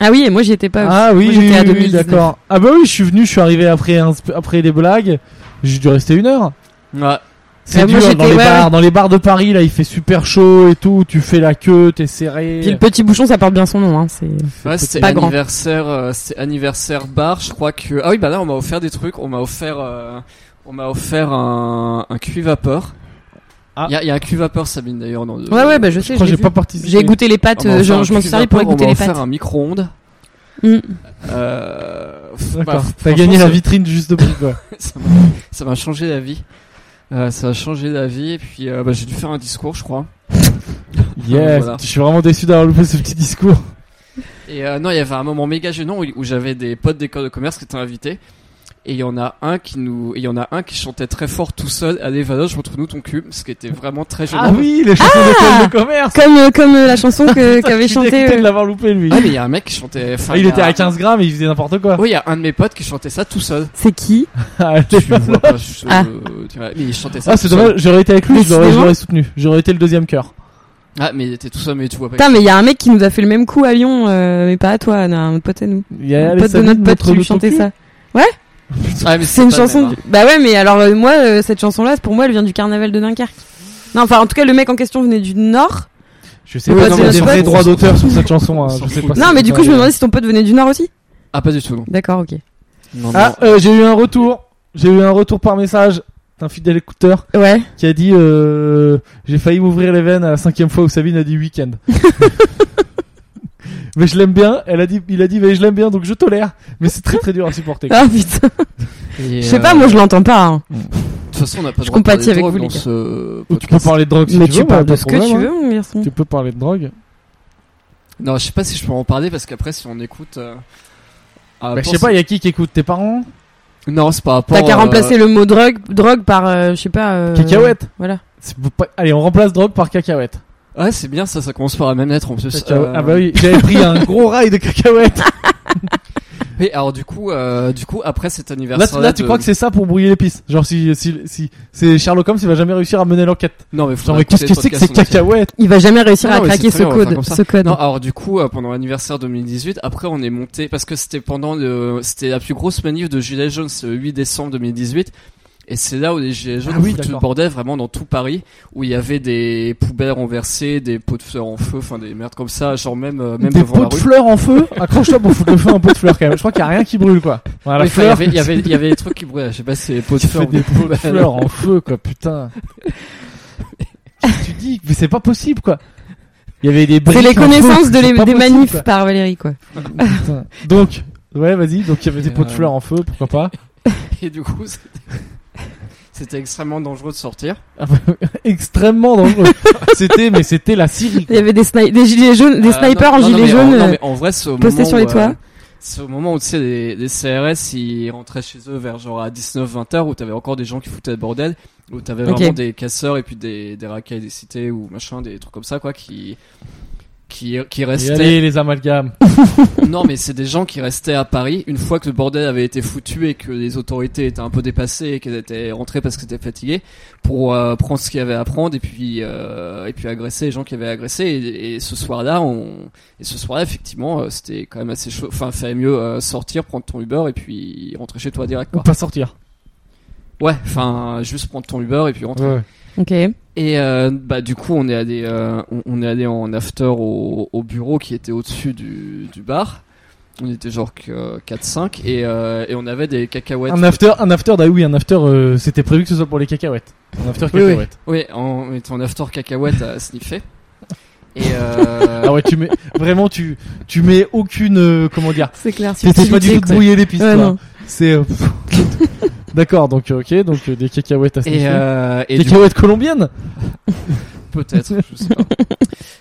C: Ah oui, et moi j'y étais pas.
B: Ah oui,
C: Moi,
B: oui,
C: j'étais à
B: oui, oui,
C: 2019.
B: d'accord. Ah bah oui, je suis venu, je suis arrivé après un sp- après des blagues, j'ai dû rester une heure.
D: Ouais.
B: C'est
C: Ah,
B: dur
C: moi,
B: dans
C: j'étais-
B: les
C: ouais,
B: bars, dans les bars de Paris là, il fait super chaud et tout, tu fais la queue, t'es serré.
C: Puis le petit bouchon, ça porte bien son nom. Hein. C'est
D: Ouais, c'était
C: pas grand.
D: anniversaire, euh, c'était anniversaire bar. Je crois que, ah oui, bah là, on m'a offert des trucs. On m'a offert, euh, on m'a offert un, un cuit vapeur.
B: Ah.
D: Il y, a, il y a un cuit vapeur, Sabine d'ailleurs. Dans le- Ah,
C: Ouais, ouais, bah je
B: je
C: sais.
B: crois que
C: je l'ai
B: j'ai
C: vu.
B: pas participé.
C: J'ai goûté les
D: On
C: pâtes.
D: m'a
C: euh,
D: offert
C: genre,
D: un
C: je m'en suis
D: cuit
C: servi pour
D: vapeur,
C: écouter
D: on m'a
C: les
D: offert
C: pâtes.
D: un micro-ondes.
C: Mm.
D: Euh, bah,
B: D'accord. T'as
D: franchement,
B: gagné la
D: c'est-
B: vitrine juste de prix, quoi.
D: ça m'a- ça m'a changé la vie. Euh, ça a changé la vie et puis euh, bah, j'ai dû faire un discours je crois.
B: Yes.
D: Ah, Voilà.
B: Je suis vraiment déçu d'avoir loupé ce petit discours.
D: Et euh, non il y avait un moment méga gênant où, où j'avais des potes d'école de commerce qui étaient invités Et il y en a un qui nous, il y en a un qui chantait très fort tout seul. Allez, Valoche, retrouve-nous ton cul. Ce qui était vraiment très gênant.
B: Ah oui, les chansons d'école de commerce.
C: Comme, euh, comme euh, la chanson que- qu'avait
B: Je suis dégoûté
C: chanté.
B: de
C: euh,
B: l'avoir loupé lui.
D: Ouais, Ah, mais il y a un mec qui chantait. enfin,
B: Ah, il
D: y a-
B: était à 15 grammes et il faisait n'importe quoi.
D: Oui, il y a un de mes potes qui chantait ça tout seul.
C: C'est qui
B: Ah,
D: Tu le vois pas, je-
C: Ah.
D: euh, tu vois, mais il chantait ça.
B: Ah,
D: tout
B: c'est
D: seul.
B: dommage, j'aurais été avec lui,
C: Mais
B: je l'aurais- je
C: cinéma
B: l'aurais soutenu. J'aurais été le deuxième cœur.
D: Ah, mais il était tout seul, mais tu vois pas.
C: Putain, mais il y a un mec qui nous a fait le même coup à Lyon, euh, mais pas à toi, à un autre pote à nous.
B: Il y a
C: Un
B: les
C: pote de
B: Sabines,
C: notre pote qui lui
B: Loto
C: chantait
B: Cul.
C: ça.
D: Ah, mais
C: C'est une
D: pas le
C: chanson.
D: même, hein.
C: Bah ouais, mais alors euh, moi, euh, cette chanson-là, pour moi, elle vient du carnaval de Dunkerque. Non, enfin, en tout cas, le mec en question venait du Nord.
B: Je sais
C: Ouais,
B: pas
C: non,
B: s'il y a
C: mais
B: des
C: on
B: vrais
D: s'en
B: droits
D: fout.
B: d'auteur sur cette chanson.
D: On
B: hein,
D: s'en
B: Je sais
D: fout.
B: pas.
D: Ah,
C: Non,
B: si
C: mais
B: c'est
C: du coup,
B: vrai.
C: je me demandais si ton pote venait du Nord aussi.
D: Ah, pas du tout. Non.
C: D'accord, ok.
D: Non,
B: Ah,
D: non.
B: euh, j'ai eu un retour. J'ai eu un retour par message d'un fidèle écouteur
C: Ouais.
B: qui a dit euh, J'ai failli m'ouvrir les veines à la cinquième fois où Sabine a dit week-end. mais je l'aime bien. Elle a dit, il a dit, mais je l'aime bien, donc je tolère. Mais c'est très très dur à supporter.
C: Ah putain.
D: Et,
C: Je sais
D: euh,
C: pas, moi, je l'entends pas. hein.
D: De toute façon, on n'a pas
C: Je
D: de droit de parler
C: compatis avec
D: de drogue
C: vous, les
D: dans
C: gars.
D: ce
B: Ou tu peux
D: podcast.
B: parler de drogue si
C: mais
B: tu
C: tu,
B: veux. moi,
C: parles
B: pas
C: de ce que tu
B: problème,
C: veux,
B: hein.
C: mon garçon.
B: Tu peux parler de drogue.
D: Non, je sais pas si je peux en parler parce qu'après, si on écoute. euh, ah,
B: Bah, je
D: attends,
B: sais pas, il y a qui qui écoute tes parents
D: c'est- Non, c'est par rapport.
C: T'as qu'à
D: euh,
C: remplacer le mot drogue, drogue par, euh, je sais pas. euh,
B: Cacahuète.
C: Voilà.
B: C'est pas- Allez, on remplace drogue par cacahuète.
D: Ouais, c'est bien ça, ça commence par la même lettre en plus.
B: Cacahuète.
D: Euh,
B: Ah bah oui, j'avais pris un gros rail de cacahuète.
D: Mais alors, du coup, euh, du coup après cet
B: Là,
D: anniversaire.
B: tu- là, tu crois que c'est ça pour brouiller les pistes Genre, si, si, si, c'est Sherlock Holmes, il va jamais réussir à mener l'enquête.
D: Non, mais
B: Genre,
D: faudrait
B: mais qu'est-ce que
D: écouter
B: c'est
D: le
B: que ces
D: podcast en entier.
B: cacahuètes
C: Il va jamais réussir
D: Non,
C: à
D: non, mais
C: craquer
D: c'est
C: ce
D: très bien, on va faire
C: code.
D: comme ça.
C: Ce code.
D: Non, alors du coup, euh, pendant l'anniversaire 2018, après on est monté parce que c'était pendant le, c'était la plus grosse manif de Gilets jaunes, c'est le 8 décembre 2018. Et c'est là où les Gilets jaunes
B: Ah oui,
D: ont foutu le
B: d'accord.
D: bordel vraiment dans tout Paris, où il y avait des poubelles renversées, des pots de fleurs en feu, enfin des merdes comme ça, genre même, euh, même
B: Des
D: devant
B: pots
D: la
B: de
D: rue.
B: fleurs en feu Accroche-toi pour foutre le feu à un pot de fleurs quand même. Je crois qu'il y a rien qui brûle quoi.
D: Oui, enfin,
B: Voilà, la
D: il y
B: fleur,
D: avait, il y avait, il y avait des trucs qui brûlaient, je sais pas si c'est des pots de
B: tu fais
D: fleurs ou
B: des
D: des
B: pots de
D: poubelles.
B: fleurs en feu quoi, putain. Qu'est-ce que tu dis Mais c'est pas possible quoi. Il y avait des
C: C'est
B: briques
C: les
B: en feu,
C: connaissances de
B: c'est
C: les-
B: pas
C: des
B: possible,
C: manifs
B: quoi.
C: par Valérie, quoi.
B: Putain. Donc, ouais, vas-y. Donc il y avait des
D: Et,
B: pots de
D: euh,
B: fleurs en feu, pourquoi pas
D: Et du coup, c'était- c'était extrêmement dangereux de sortir.
B: Ah bah, Extrêmement dangereux. c'était, mais c'était la Syrie.
C: Il y avait des, sni- des gilets jaunes, des
D: Euh,
C: snipers
D: non, non,
C: en gilets
D: mais
C: jaunes.
D: non,
C: euh,
D: mais en vrai, c'est au
C: postés
D: moment
C: sur les
D: où, euh,
C: toits.
D: c'est au moment où tu sais, les, les CRS ils rentraient chez eux vers genre à 19-20 heures où t'avais encore des gens qui foutaient le bordel, où t'avais
C: Ok.
D: vraiment des casseurs et puis des, des racailles des cités ou machin, des trucs comme ça quoi qui. Qui, qui
B: Et
D: restaient.
B: allez, les amalgames.
D: Non, mais c'est des gens qui restaient à Paris une fois que le bordel avait été foutu et que les autorités étaient un peu dépassées et qu'elles étaient rentrées parce qu'elles étaient fatiguées pour euh, prendre ce qu'il y avait à prendre et puis euh, et puis agresser les gens qui avaient agressé. Et, et ce soir-là, on et ce soir-là, effectivement, euh, c'était quand même assez chaud. Enfin, fallait mieux euh, sortir, prendre ton Uber et puis rentrer chez toi direct.
B: Ou
D: Quoi.
B: pas sortir.
D: Ouais, enfin, juste prendre ton Uber et puis rentrer.
C: Ok.
D: Et euh, bah du coup on est allé euh, on, on est allé en after au, au bureau qui était au-dessus du, du bar. On était genre que, euh, 4-5 et, euh, et on avait des cacahuètes.
B: Un after, un after, ah oui, un after, euh, c'était prévu que ce soit pour les cacahuètes. Un after
D: Oui, oui.
B: cacahuètes.
D: Oui, en- on était en after cacahuètes à sniffer. Et euh,
B: Ah ouais, tu mets, vraiment, tu, tu mets aucune, euh, comment dire,
C: C'est clair.
B: t'essayes pas du tout de brouiller les pistes,
C: Ouais,
B: quoi.
C: non.
B: C'est, euh, d'accord, donc, euh, ok, donc, euh, des cacahuètes à
D: et,
B: sniffer.
D: euh, et du coup,
B: Cacahuètes colombiennes?
D: peut-être, je sais pas.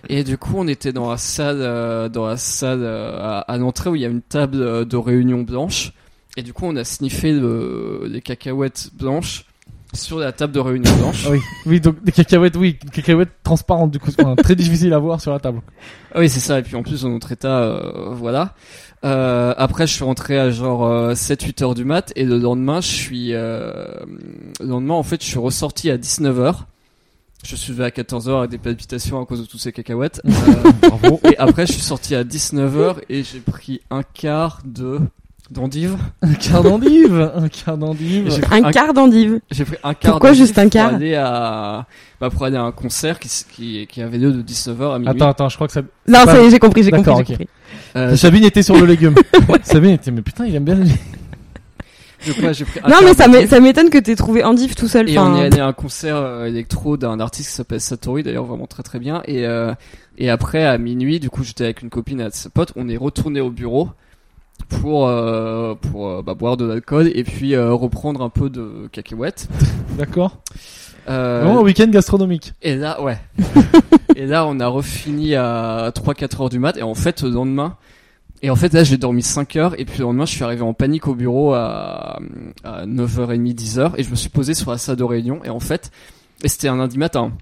D: Et du coup, on était dans la salle, euh, dans la salle euh, à, à l'entrée où il y a une table euh, de réunion blanche. Et du coup, on a sniffé le- les cacahuètes blanches sur la table de réunion blanche.
B: Ah oui. Oui, donc, des cacahuètes, oui, des cacahuètes transparentes, du coup, enfin, très difficile à voir sur la table.
D: Ah Oui, c'est ça. Et puis en plus, dans notre état, euh, voilà. Euh, après, je suis rentré à genre 7-8 heures du mat. Et le lendemain, je suis... Euh, le lendemain, en fait, je suis ressorti à 19 heures. Je suis levé à 14 heures avec des palpitations à cause de tous ces cacahuètes. Euh,
B: Bravo.
D: et après, je suis sorti à 19 heures et j'ai pris un quart de d'endive.
B: Un quart d'endive, un quart
D: Et
B: d'endive.
D: J'ai pris
C: Un quart d'endive.
D: j'ai pris un quart
C: Pourquoi
D: d'endive
C: juste un quart
D: pour aller à bah, pour aller à un concert qui, s- qui, qui avait lieu de 19h à minuit.
B: Attends, attends, je crois que ça...
C: Non,
B: pas-
C: ça y est, j'ai compris, j'ai compris,
B: D'accord,
C: j'ai
B: ok.
C: compris.
D: Euh,
B: Sabine était sur le légume. Sabine était, mais putain, il aime bien les
D: du coup, ouais, j'ai pris un
C: Non,
D: quart
C: mais ça
D: d'endive.
C: m'é- ça m'étonne que t'aies trouvé Andiv tout seul.
D: Et
C: enfin,
D: on est allé à un concert euh, électro d'un artiste qui s'appelle Satori, d'ailleurs vraiment très très bien. Et, euh, et après, à minuit, du coup, j'étais avec une copine et sa pote, on est retourné au bureau pour, euh, pour euh, bah, boire de l'alcool et puis euh, reprendre un peu de cacahuètes.
B: D'accord.
D: Euh,
B: Vraiment un week-end gastronomique.
D: Et là, ouais. et là, on a refini à 3-4 heures du mat. Et en fait, le lendemain, Et en fait, là, j'ai dormi 5 heures, et puis le lendemain, je suis arrivé en panique au bureau à, à 9h30, 10h, et je me suis posé sur la salle de réunion, et en fait, et c'était un lundi matin.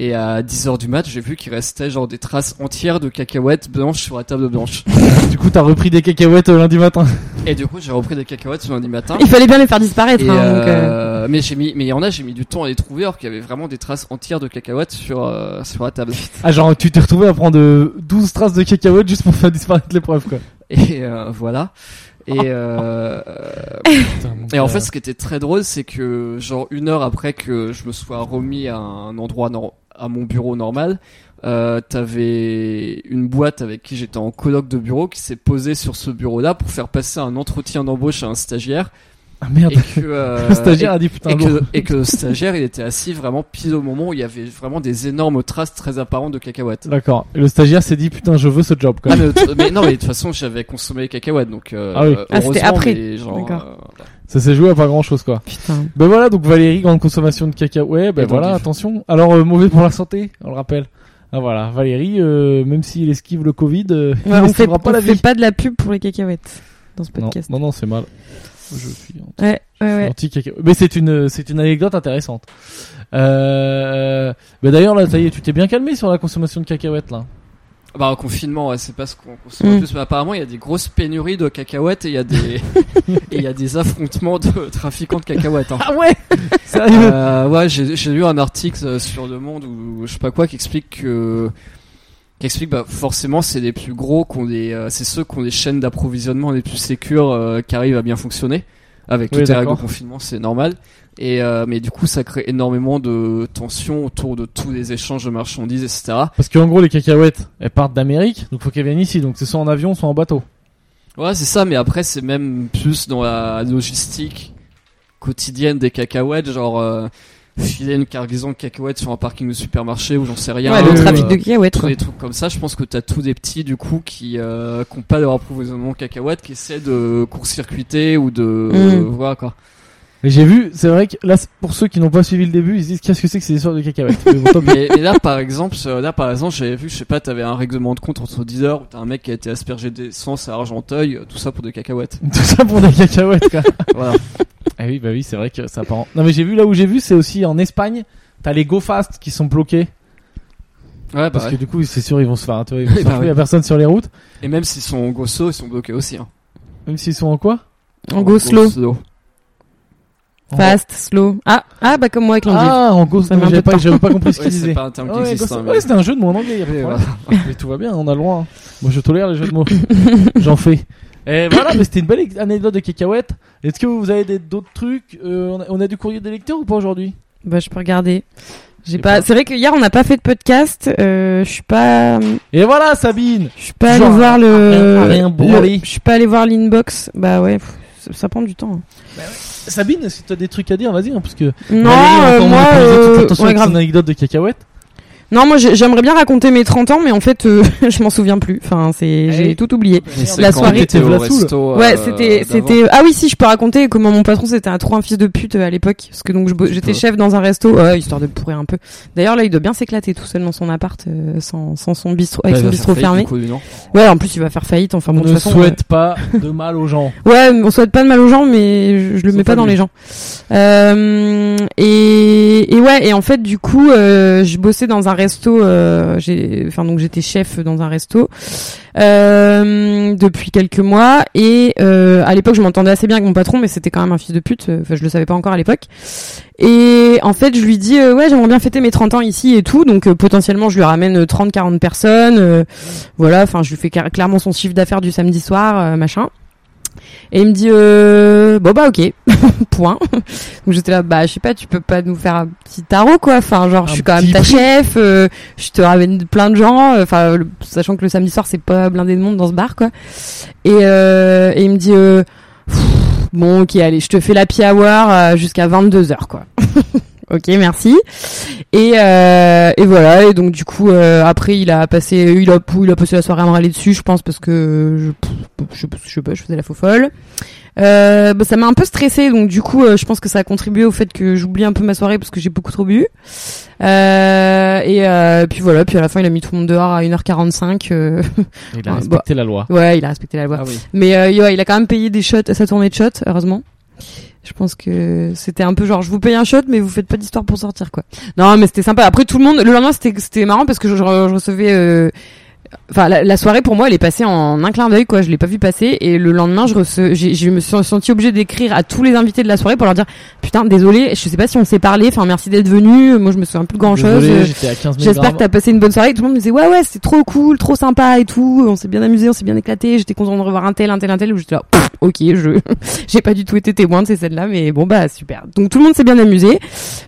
D: Et à 10h du match, j'ai vu qu'il restait genre des traces entières de cacahuètes blanches sur la table blanche.
B: Du coup, t'as repris des cacahuètes euh, lundi matin.
D: Et du coup, j'ai repris des cacahuètes ce lundi matin.
C: Il fallait bien les faire disparaître.
D: Et
C: hein, donc, euh,
D: euh, Mais j'ai mis, mais il y en a, j'ai mis du temps à les trouver, alors qu'il y avait vraiment des traces entières de cacahuètes sur euh, sur la table.
B: Ah, genre, tu t'es retrouvé à prendre euh, 12 traces de cacahuètes juste pour faire disparaître l'épreuve, quoi.
D: Et euh, voilà. Et euh,
B: Putain, mon
D: et en
B: gars.
D: fait, ce qui était très drôle, c'est que genre une heure après que je me sois remis à un endroit nor- à mon bureau normal, euh, t'avais une boîte avec qui j'étais en colloque de bureau qui s'est posée sur ce bureau-là pour faire passer un entretien d'embauche à un stagiaire
B: Ah merde.
D: et que euh,
B: Le stagiaire a dit putain,
D: et
B: lourd.
D: que, et que le stagiaire, il était assis vraiment pile au moment où il y avait vraiment des énormes traces très apparentes de cacahuètes.
B: D'accord. Et le stagiaire s'est dit putain, je veux ce job, quoi.
D: Ah, mais, autre- mais non, mais de toute façon, j'avais consommé les cacahuètes, donc euh,
B: Ah oui.
D: euh,
C: Ah, c'était
D: heureusement,
C: après.
D: mais genre,
C: D'accord.
D: euh,
B: Ça s'est joué à pas grand chose, quoi.
C: putain.
B: Ben voilà, donc Valérie, grande consommation de cacahuètes. Ben
D: Et
B: voilà,
D: d'endives.
B: attention. Alors, euh, mauvais pour la santé, on le rappelle. Ah voilà, Valérie, euh, même s'il esquive le Covid, euh, il
C: Ouais, on fait,
B: esquivera pas
C: on
B: la
C: fait
B: vie.
C: pas de la pub pour les cacahuètes dans ce
B: Non,
C: podcast.
B: non, non, c'est mal. Je suis en-
C: Ouais, ouais, ouais.
B: Anti-caca- Mais c'est une, c'est une anecdote intéressante. Euh, bah d'ailleurs, là, ça y est, tu t'es bien calmé sur la consommation de cacahuètes, là.
D: Bah, en confinement, ouais, c'est pas ce qu'on consomme le
C: Mm.
D: plus, mais apparemment, il y a des grosses pénuries de cacahuètes et il y a des, et il y a des affrontements de trafiquants de cacahuètes, hein.
B: Ah ouais! Sérieux?
D: Euh, ouais, j'ai, j'ai lu un article euh, sur Le Monde ou je sais pas quoi qui explique que, qui explique, bah, forcément, c'est les plus gros qu'on des, euh, c'est ceux qui ont des chaînes d'approvisionnement les plus sécures euh, qui arrivent à bien fonctionner. Avec
B: Oui,
D: toutes les règles de
B: d'accord.
D: confinement, c'est normal. Et euh, mais du coup, ça crée énormément de tensions autour de tous les échanges de marchandises, etc.
B: Parce qu'en gros, les cacahuètes, elles partent d'Amérique, donc faut qu'elles viennent ici. Donc c'est soit en avion, soit en bateau.
D: Ouais, c'est ça, mais après, c'est même plus dans la logistique quotidienne des cacahuètes, genre euh, filer une cargaison de cacahuètes sur un parking de supermarché ou j'en sais rien.
C: Ouais, le
B: euh,
C: trafic de
D: euh,
C: cacahuètes.
D: tous des trucs comme ça, je pense que t'as tous des petits du coup qui euh, qui ont pas leur approvisionnement en cacahuètes, qui essaient de court-circuiter ou de euh,
C: Mm.
D: voilà quoi.
B: Et j'ai vu, c'est vrai que là, c'est- pour ceux qui n'ont pas suivi le début, ils se disent qu'est-ce que c'est que ces histoires de cacahuètes. Mais bon, tant pis.
D: Mais, mais là par exemple, euh, là par exemple, j'avais vu, je sais pas, t'avais un règlement de compte entre dealers où t'as un mec qui a été aspergé d'essence à Argenteuil, euh, tout ça pour des cacahuètes.
B: Tout ça pour des cacahuètes, quoi.
D: Voilà.
B: Ah oui, bah oui, c'est vrai que ça part. en- Non, mais j'ai vu là où j'ai vu, c'est aussi en Espagne. T'as les go fast qui sont bloqués
D: Ouais, bah,
B: parce
D: ouais.
B: que du coup, c'est sûr, ils vont se faire, tu vois, ils vont
D: Oui,
B: se
D: bah
B: faire
D: oui.
B: tuer à personne sur les routes,
D: Et même s'ils sont gossos, ils sont bloqués aussi. Hein.
B: même s'ils sont en quoi
C: En go slow,
B: En-
C: fast, slow. Ah, ah, bah comme moi avec l'endive.
B: Ah, en go,
C: Ça
B: non,
C: met un
B: j'avais
C: peu de
B: pas,
C: temps.
B: j'avais pas compris ce
D: Ouais,
B: qu'ils
D: c'est
B: disaient.
D: pas un terme qui
B: ouais,
D: existe.
B: go-
D: hein, mais-
B: ouais, c'était un jeu de mots en anglais. y a pas de
D: Et
B: problème.
D: voilà.
B: Mais tout va bien, on a le droit. hein. Moi, je tolère les jeux de mots. J'en fais. Et voilà, mais c'était une belle ex- anecdote de cacahuète. Est-ce que vous avez des- d'autres trucs Euh, on, a, on a du courrier des lecteurs ou pas aujourd'hui
C: Bah je peux regarder. J'ai
B: sais
C: pas.
B: pas.
C: C'est vrai que hier on n'a pas fait de podcast. Euh, je suis pas.
B: Et voilà, Sabine
C: Je suis pas allé
B: Genre,
C: voir le.
B: rien- rien branlé.
C: le- Je suis pas allé voir l'inbox. Bah ouais. pff, ça- Ça prend du temps. hein.
B: Sabine, si t'as des trucs à dire, vas-y, hein, parce que.
C: Non,
B: Valérie,
C: euh,
B: encore, on
C: moi,
B: a posé toute
C: euh,
B: l'attention
C: ouais,
B: avec
C: grave.
B: son anecdote de cacahuète.
C: non, moi, j'ai- j'aimerais bien raconter mes 30 ans, mais en fait, euh, je m'en souviens plus. Enfin, c'est, j'ai
B: Eh.
C: tout oublié.
D: Mais c'est
C: La
D: quand
C: soirée-
D: t'étais au
B: T'étais au
D: resto,
C: Ouais,
D: euh,
C: c'était,
D: d'avant.
C: c'était. Ah oui, si, je peux raconter comment mon patron c'était un trop un fils de pute euh, à l'époque, parce que donc je bo-
D: Tu
C: j'étais
D: peux.
C: chef dans un resto, ouais, histoire de pourrir un peu. D'ailleurs là, il doit bien s'éclater tout seul dans son appart, euh, sans, sans son bistrot, avec
D: Ouais,
C: son
D: bah,
C: bistrot
D: ça fait du
C: fermé.
D: coup, non.
C: Ouais, en plus il va faire faillite. Enfin bon,
B: on
C: de toute
B: ne
C: façon.
B: souhaite pas de mal aux gens.
C: euh, Ouais, on souhaite pas de mal aux gens, mais je, je le
B: Sauf
C: mets pas
B: à
C: dans
B: lui.
C: les gens. Euh, et, et ouais, et en fait du coup, euh, je bossais dans un resto. euh, j'ai, enfin donc j'étais chef dans un resto euh, depuis quelques mois. Et euh, à l'époque, je m'entendais assez bien avec mon patron, mais c'était quand même un fils de pute. Enfin, je le savais pas encore à l'époque. Et en fait, je lui dis euh, ouais, j'aimerais bien fêter mes 30 ans ici et tout. Donc euh, potentiellement, je lui ramène 30-40 personnes. euh, voilà, enfin, je lui fais car- clairement son chiffre d'affaires du samedi soir, euh, machin. Et il me dit euh, bon bah ok point. Donc j'étais là bah je sais pas tu peux pas nous faire un petit tarot quoi. Enfin genre je
B: Un
C: suis quand même
B: petit
C: ta
B: prix.
C: chef, euh, je te ramène plein de gens. euh, Enfin le- sachant que le samedi soir c'est pas blindé de monde dans ce bar quoi. Et, euh, et il me dit euh, Pff, bon ok allez je te fais la happy hour euh, jusqu'à 22 heures quoi. Ok, merci. Et, euh, et voilà. Et donc du coup, euh, après, il a passé, il a, il a passé la soirée à me râler dessus, je pense, parce que euh, je, pff, je, je sais pas, je faisais la faux folle. Euh, bah, ça m'a un peu stressé, donc du coup, euh, je pense que ça a contribué au fait que j'oublie un peu ma soirée parce que j'ai beaucoup trop bu. Euh, et euh, puis voilà. Puis à la fin, il a mis tout le monde dehors à 1h45. euh,
B: Il
C: Ah,
B: a respecté la loi.
C: ouais, il a respecté la loi.
D: Ah oui.
C: Mais euh, ouais, il a quand même payé des shots, sa tournée de shots, heureusement. Je pense que c'était un peu genre, je vous paye un shot, mais vous faites pas d'histoire pour sortir, quoi. Non, mais c'était sympa. Après, tout le monde, le lendemain, c'était c'était marrant parce que je, je re- je recevais. euh, Enfin, la, la soirée pour moi, elle est passée en un clin d'œil, quoi. Je l'ai pas vu passer, et le lendemain, je, rece- j'ai- je me suis senti obligée d'écrire à tous les invités de la soirée pour leur dire, putain, désolé, je sais pas si on s'est parlé. Enfin, merci d'être venu. Moi, je me souviens plus de grand chose. euh,
B: Désolé, j'étais à 15 000
C: J'espère que t'as passé une bonne soirée. Tout le monde me disait ouais ouais c'était trop cool, trop sympa et tout. On s'est bien amusé, on s'est bien éclaté. J'étais content de revoir un tel, un tel, un tel. Où j'étais là Pff, ok je j'ai pas du tout été témoin de ces scènes là, mais bon bah super. Donc tout le monde s'est bien amusé,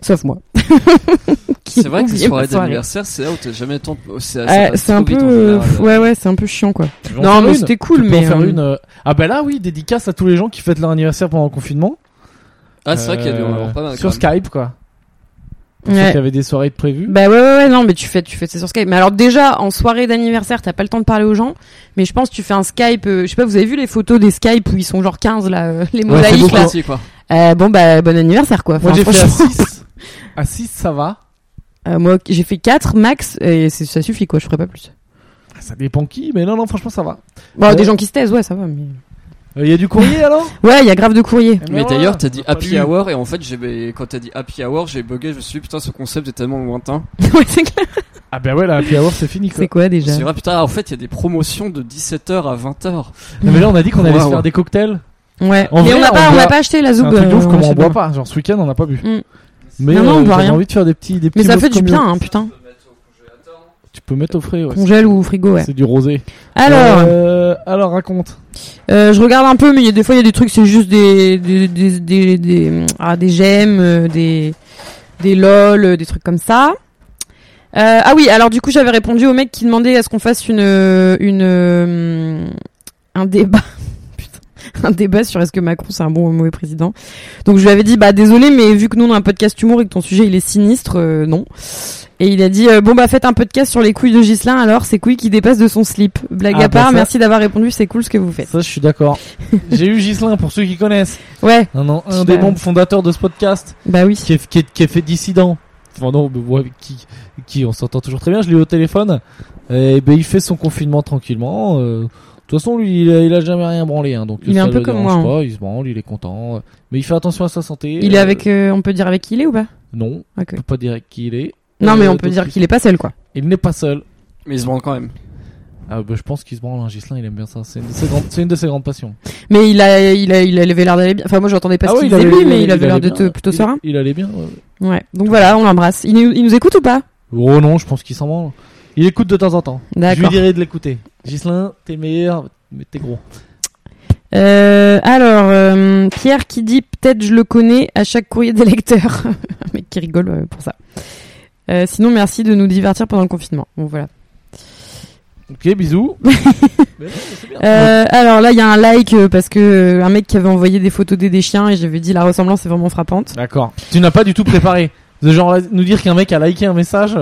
C: sauf moi. Qui
D: C'est vrai que
C: oubliait
D: les soirées
C: ma soirée.
D: d'anniversaire, c'est là où t'as jamais le temps. de- C'est
C: Euh,
D: ça passe
C: c'est un
D: trop vite,
C: peu
D: en général.
C: euh, ouais ouais c'est un peu chiant quoi.
B: Tu veux en
C: Non,
B: faire
C: mais
B: une
C: c'était cool,
B: Tu peux en
C: mais,
B: faire
C: euh,
B: une, euh, Ah bah là oui, dédicace à tous les gens qui fêtent leur anniversaire pendant le confinement.
D: Ah, c'est vrai qu'il y a dû en
B: Euh,
D: avoir pas mal.
B: Sur
D: quand même.
B: Skype quoi. Pour ceux
C: Ouais.
B: qui avaient des soirées de prévues.
C: Bah ouais, ouais ouais non mais tu fais tu fais ça sur Skype. Mais alors déjà en soirée d'anniversaire t'as pas le temps de parler aux gens. Mais je pense que tu fais un Skype. euh, je sais pas vous avez vu les photos des Skype où ils sont genre 15 là euh, les
B: c'est
C: mosaïques
B: beaucoup.
C: là.
D: Parti, quoi.
C: Euh, bon bah bon anniversaire quoi.
B: Moi
C: Enfin,
B: j'ai fait à
C: franchement.
B: 6. À 6 ça va.
C: Euh, moi, j'ai fait 4 max et c'est- ça suffit quoi, je ferai pas plus.
B: Ah, Ça dépend qui, mais non, non, franchement ça va.
C: Bon,
B: Ouais.
C: des gens qui se taisent, ouais, ça va. Mais...
B: Il y a du courrier alors
C: Ouais, il y a grave de courrier.
B: Eh ben
D: Mais
B: voilà,
D: d'ailleurs, t'as dit
B: on a pas
D: happy
B: lu.
D: hour et en fait, j'ai quand t'as dit happy hour, j'ai bugué. Je me suis dit, putain, ce concept est tellement lointain.
C: ouais, c'est clair.
B: Ah bah ouais, la happy hour c'est fini quoi.
C: C'est quoi
D: Je me
C: déjà
D: suis dit, ah, putain, en fait, il y a des promotions de 17h à 20h.
B: Non, mais là on a dit qu'on allait
D: Waouh.
B: se faire des cocktails.
C: Ouais.
B: En
C: mais
B: vrai,
C: on n'a
B: on
C: pas, on
B: boit-
C: n'a pas acheté la
B: C'est
C: zoub.
B: un truc de
C: euh,
B: ouf comme
C: chez
B: on boit
C: nous.
B: pas. Genre ce week-end on n'a pas bu.
C: Mm.
B: Mais
C: Non, non, on
B: euh,
C: boit
B: j'avais
C: rien.
B: envie de faire des petits, des petits.
C: Mais ça
B: mocktails
C: fait du
B: mieux.
C: bien, hein, putain.
B: Tu peux mettre au frais. Ouais.
C: Congèle ou frigo, ouais.
B: C'est du rosé.
C: Alors,
B: Euh, alors raconte.
C: euh, je regarde un peu, mais il y a des fois, il y a des trucs, c'est juste des, des, des, des, des- ah, des j'aime, euh, des, des lol, euh, des trucs comme ça. Euh, ah oui, alors du coup, j'avais répondu au mec qui demandait à ce qu'on fasse une, euh, une, euh, un débat. Putain, Un débat sur est-ce que Macron c'est un bon ou un mauvais président. Donc je lui avais dit bah désolé mais vu que nous on a un podcast humour et que ton sujet il est sinistre euh, non. Et il a dit euh, bon bah faites un podcast sur les couilles de Gislin alors ces couilles qui dépassent de son slip. Blague
B: Ah,
C: à
B: bah,
C: part
B: ça-
C: merci d'avoir répondu c'est cool ce que vous faites.
B: Ça je suis d'accord. J'ai eu Gislin pour ceux qui connaissent.
C: Ouais
B: Un, an- un des
C: Bah.
B: membres fondateurs de ce podcast
C: bah oui.
B: qui est, qui est- qui est fait dissident. Enfin non, mais ouais, qui, qui on s'entend toujours très bien. Je l'ai eu au téléphone. Et ben il fait son confinement tranquillement. euh, de toute façon, lui, il a, il a jamais rien branlé, hein, donc
C: Il est
B: ça
C: un peu
B: le
C: comme
B: dérange
C: moi, hein.
B: pas, il se branle, il est content, euh, mais il fait attention à sa santé.
C: Il est
B: euh,
C: avec euh, on peut dire avec qui il est ou pas
B: Non,
C: Ok.
B: on peut pas dire qui il est.
C: Non mais
B: Euh,
C: on peut
B: donc,
C: dire
B: il-
C: qu'il est pas seul quoi.
B: Il n'est pas seul.
D: Mais ils se vendent quand même.
B: Ah bah, je pense qu'il se branle, hein, Gislin, il aime bien ça. C'est une, de ses grandes- c'est une de ses grandes passions. Ah
C: Mais il a il a il avait l'air d'aller bien. Enfin moi j'entendais pas ce qu'il disait
B: allait-
C: lui mais Ah il avait
B: allait
C: l'air de
B: bien,
C: te
B: ouais.
C: plutôt
B: Il-
C: serein.
B: Il allait bien. ouais.
C: Ouais. Donc voilà, on l'embrasse. Il, nous- il nous écoute ou pas
B: Oh non, je pense qu'il s'en branle. Il écoute de temps en temps. Je lui
C: D'accord.
B: dirai de l'écouter. Gislin, t'es meilleur, mais t'es gros.
C: Euh, alors, euh, Pierre qui dit peut-être je le connais à chaque courrier des lecteurs. Un mec qui rigole euh, pour ça. Euh, sinon, merci de nous divertir pendant le confinement. Bon, voilà.
B: Ok, bisous. Mais non, mais c'est bien.
C: Euh, alors là, il y a un like euh, parce que euh, un mec qui avait envoyé des photos des, des chiens et j'avais dit la ressemblance est vraiment frappante.
B: D'accord. Tu n'as pas du tout préparé. De genre nous dire qu'un mec a liké un message.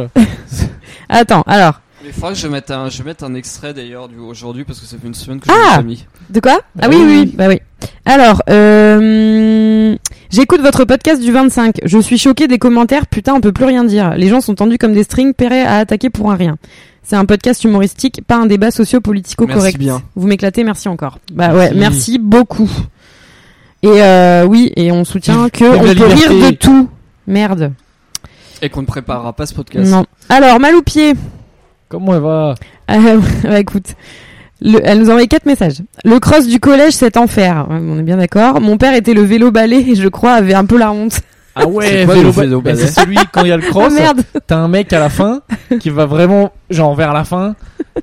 C: Attends, alors.
D: Mais il faudra que je mette un, je mette un extrait d'ailleurs du- aujourd'hui parce que ça fait une semaine que
C: Ah
D: je l'ai mis.
C: De quoi Ah oui,
B: Euh,
C: oui,
B: oui.
C: oui, bah oui. Alors, euh, j'écoute votre podcast du 25. Je suis choqué des commentaires. Putain, on peut plus rien dire. Les gens sont tendus comme des strings, pérés à attaquer pour un rien. C'est un podcast humoristique, pas un débat socio-politico-correct.
D: Merci bien.
C: Vous m'éclatez, merci encore. Bah
B: Merci.
C: ouais, merci beaucoup. Et euh, oui, et on soutient que
B: la
C: on peut
B: liberté.
C: rire de tout. Merde.
D: Et qu'on ne préparera pas ce podcast.
C: Non. Alors, Maloupier.
B: Comment elle va
C: Euh, bah, écoute, le- elle nous a envoyé quatre messages. Le cross du collège, c'est enfer. Ouais, on est bien d'accord. Mon père était le vélo balai et je crois avait un peu la honte.
B: Ah
D: C'est quoi
B: vélo
D: le vélo
B: ba-
D: balai
B: C'est celui quand il y a le
C: Oh
B: cross.
C: merde.
B: T'as un mec à la fin qui va vraiment genre vers la fin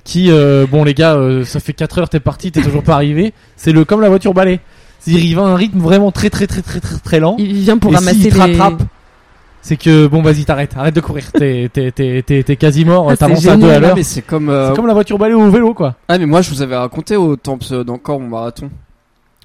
B: qui euh, bon les gars euh, ça fait 4 heures t'es parti t'es toujours pas arrivé c'est le comme la voiture balai c'est-à-dire il va à un rythme vraiment très très très très très très lent
C: Il vient pour
B: et
C: ramasser
B: s'il te
C: les.
B: rattrape c'est que bon vas-y t'arrêtes arrête de courir t'es t'es t'es t'es t'es quasi mort
C: Ah,
B: t'avances
C: c'est
B: à deux à
D: Ah,
B: l'heure
D: mais c'est comme, euh,
B: c'est comme la voiture balai au vélo quoi
D: Ah, mais moi, je vous avais raconté au temps euh, d'encore mon marathon.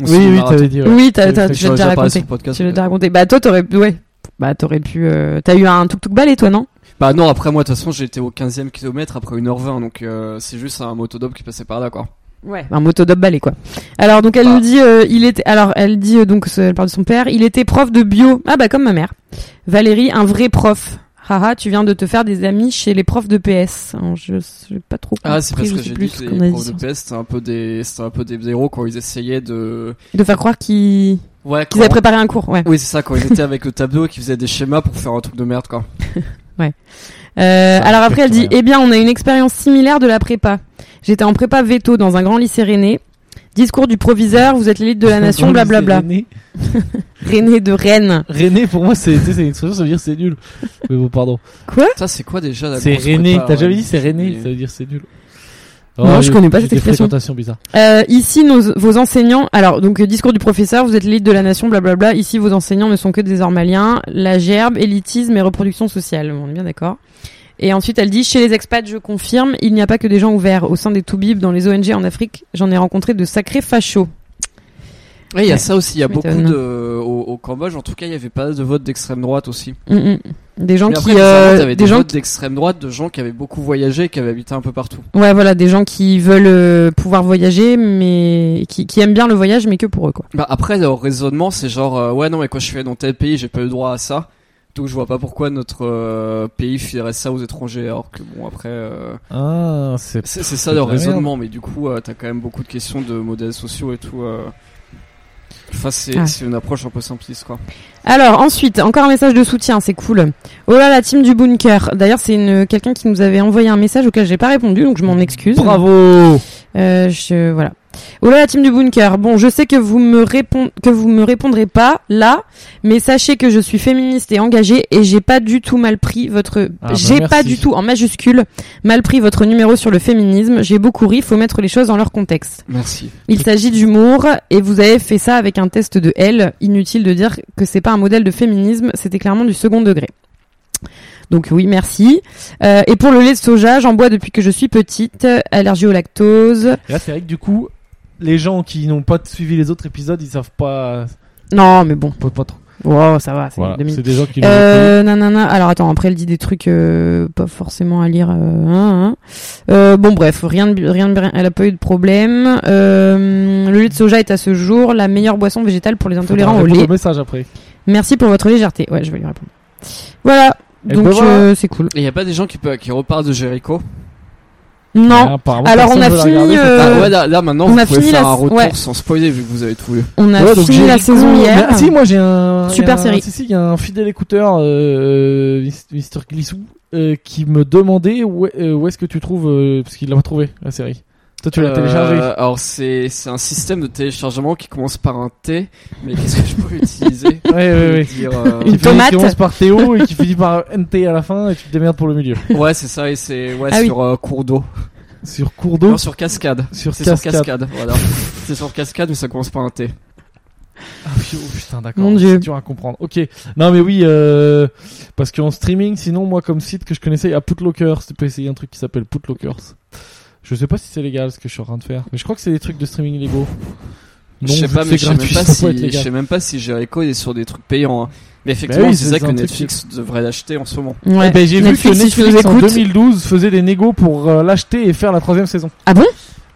D: On s'est
B: oui
D: mis
B: oui
D: marathon.
B: t'avais dit ouais.
C: Oui, t'as, t'as,
B: Fait que
C: tu l'as déjà
D: parlé sur
C: raconté.
D: le podcast.
C: Tu l'as déjà raconté. Bah toi, t'aurais, ouais. Bah, t'aurais pu. euh, T'as eu un tuk-tuk balai, toi, non
D: Bah non, après moi, de toute façon, j'étais au 15ème kilomètre après 1h20, donc euh, c'est juste un motodop qui passait par là, quoi.
C: Ouais. Un motodop balai, quoi. Alors, donc, elle
D: Ah.
C: nous dit. euh, il était. Alors, elle dit euh, donc, ce- elle parle de son père. Il était prof de bio. Ah, bah, comme ma mère. Valérie, un vrai prof. Haha, tu viens de te faire des amis chez les profs de PS. Alors, je sais pas trop.
D: Ah, c'est parce
C: compris, je
D: que
C: sais
D: j'ai
C: plus
D: dit
C: ce
D: que
C: qu'on a
D: les profs de
C: sur-
D: PS, c'était un peu des, c'était un peu des héros quand ils essayaient de,
C: De faire croire qu'ils
D: ouais,
C: qu'ils avaient
D: quand-
C: préparé un cours, ouais.
D: Oui, c'est ça, quand ils étaient avec le tableau et qu'ils faisaient des schémas pour faire un truc de merde, quoi.
C: Euh,
B: Ça
C: alors après, elle dit
B: respecte rien.
C: Eh bien, on a une expérience similaire de la prépa. J'étais en prépa veto dans un grand lycée René. Discours du proviseur, vous êtes l'élite de la nation, blablabla.
B: René,
C: René de Rennes.
B: René, pour moi, c'est tu sais, c'est une expression, ça veut dire c'est nul. Mais bon, pardon.
D: Ça, c'est quoi déjà la
B: C'est
D: grosse
B: René.
D: prépa,
B: T'as
D: ouais.
B: jamais dit c'est René,
D: Et-
B: ça veut dire c'est nul.
C: Non,
B: Oh, il
C: je
B: y a-
C: connais pas
B: j'ai
C: cette
B: des
C: expression.
B: fréquentations bizarres.
C: Euh, ici, nos, vos enseignants. Alors, donc, euh, discours du professeur, vous êtes l'élite de la nation, blablabla. Ici, vos enseignants ne sont que des ormaliens, la gerbe, élitisme et reproduction sociale. Bon, On est bien d'accord. Et ensuite, elle dit Chez les expats, je confirme, il n'y a pas que des gens ouverts. Au sein des Toubibs, dans les ONG en Afrique, j'en ai rencontré de sacrés fachos.
D: Ouais, il y a ça aussi, il y a
C: Tu
D: beaucoup
C: m'étonnes.
D: de, au, au Cambodge, en tout cas, il y avait pas de vote d'extrême droite aussi.
C: Mm, mm. Des gens
D: Mais après,
C: qui.
D: bizarrement,
C: euh,
D: t'avais des,
C: des gens
D: votes d'extrême droite de gens qui avaient beaucoup voyagé et qui avaient habité un peu partout.
C: Ouais, voilà, des gens qui veulent euh, pouvoir voyager, mais qui, qui aiment bien le voyage, mais que pour eux, quoi.
D: Bah, après, leur raisonnement, c'est genre, euh, ouais, non, mais quand je suis allé dans tel pays, j'ai pas eu droit à ça. Donc, je vois pas pourquoi notre euh, pays filerait ça aux étrangers, alors que bon, après, euh,
B: Ah, c'est
D: c'est c'est ça
B: de
D: leur
B: la merde.
D: raisonnement, mais du coup, euh, t'as quand même beaucoup de questions de modèles sociaux et tout. euh. Enfin, c'est
C: Ouais.
D: c'est une approche un peu simpliste, quoi.
C: Alors ensuite, encore un message de soutien, c'est cool. Oh là la team du bunker. D'ailleurs, c'est une quelqu'un qui nous avait envoyé un message auquel j'ai pas répondu, donc je m'en excuse.
B: bravo.
C: Euh, je voilà. Oh là la team du bunker. Bon, je sais que vous me répond que vous me répondrez pas là, mais sachez que je suis féministe et engagée et j'ai pas du tout mal pris votre
B: Ah, bah,
C: j'ai pas
B: merci.
C: du tout en majuscule mal pris votre numéro sur le féminisme. J'ai beaucoup ri, faut mettre les choses dans leur contexte.
D: Merci.
C: Il s'agit d'humour et vous avez fait ça avec un test de L. Inutile de dire que c'est pas un modèle de féminisme, c'était clairement du second degré. Donc oui, merci. Euh, et pour le lait de soja, j'en bois depuis que je suis petite. Allergie au lactose.
B: Et Là, c'est vrai que du coup, les gens qui n'ont pas suivi les autres épisodes, ils savent pas,
C: Non, mais bon.
B: pas, pas trop.
C: Wow, ça va, c'est
B: Voilà,
C: deux minutes.
B: c'est des gens qui l'ont été.
C: Euh, nanana. Alors attends, après elle dit des trucs euh, pas forcément à lire. euh, hein, hein. Euh, bon bref, rien de, rien de, rien- elle a pas eu de problème. Euh, le lait de soja est à ce jour la meilleure boisson végétale pour les intolérants au
B: Faudra répondre
C: lait.
B: message après.
C: Merci pour votre légèreté. Ouais, je vais lui répondre. Voilà.
B: Et
C: Donc
B: ben voilà.
C: euh, c'est cool.
D: Et y a pas des gens qui, peuvent, qui repartent de Jericho
C: Non,
B: Ouais, apparemment,
C: Alors,
B: personne
C: on a
B: veut la
C: fini,
B: regarder,
C: euh,
D: Ah ouais, là, là, maintenant,
C: on
D: vous
C: a
D: pouvez
C: fini
D: faire
C: la-
D: un retour
C: ouais.
D: sans spoiler vu que vous avez tout vu.
C: on a
B: Ouais, donc
C: fini
B: j'ai
C: la
B: écouté-
C: saison hier.
B: Mais- si, moi j'ai un.
C: Super
B: il y a un-
C: série.
B: Si, si, il y a un fidèle écouteur, euh, Mister Glissou, euh, qui me demandait où, est- euh, où est-ce que tu trouves. euh, parce qu'il l'a pas trouvé, la série. Toi, tu l'as
D: Euh,
B: téléchargée.
D: Alors c'est c'est un système de téléchargement qui commence par un T, mais qu'est-ce que je peux utiliser
B: Ouais, ouais, ouais.
D: Dire, euh,
C: Une
B: Qui finit-
C: tomate.
B: Qui commence par Théo et qui finit par NT à la fin et tu te démerdes pour le milieu.
D: Ouais, c'est ça et c'est ouais
C: Ah oui.
D: sur euh, cours d'eau.
B: Sur cours d'eau.
D: Non, sur cascade.
B: Sur
D: C'est sur
B: cascade.
D: cascade, voilà. c'est sur cascade mais ça commence par un T.
B: Ah, puis- oh, putain, d'accord.
C: Mon Dieu.
B: C'est dur à comprendre. Ok. Non, mais oui, euh, parce qu'en streaming, sinon, moi, comme site que je connaissais, il y a Putlockers. Tu peux essayer un truc qui s'appelle Putlockers. Je sais pas si c'est légal ce que je suis en train de faire, mais je crois que c'est des trucs de streaming illégaux.
D: Je sais
B: vu
D: pas
B: que
D: mais je
B: c'est
D: sais même
B: gratuit,
D: pas
B: ça peut
D: si
B: être
D: je
B: légal. Bah
D: sais même pas si Jericho est sur des trucs payants. hein. Mais effectivement,
B: oui,
D: c'est
B: c'est
D: ça
B: un
D: que
B: truc
D: Netflix devrait l'acheter en ce moment.
C: Ouais.
B: Eh ben, j'ai vu que
C: Netflix, si
B: Netflix
C: tu nous
B: en
C: écoutes.
B: 2012 faisait des négos pour euh, l'acheter et faire la troisième saison.
C: Ah bon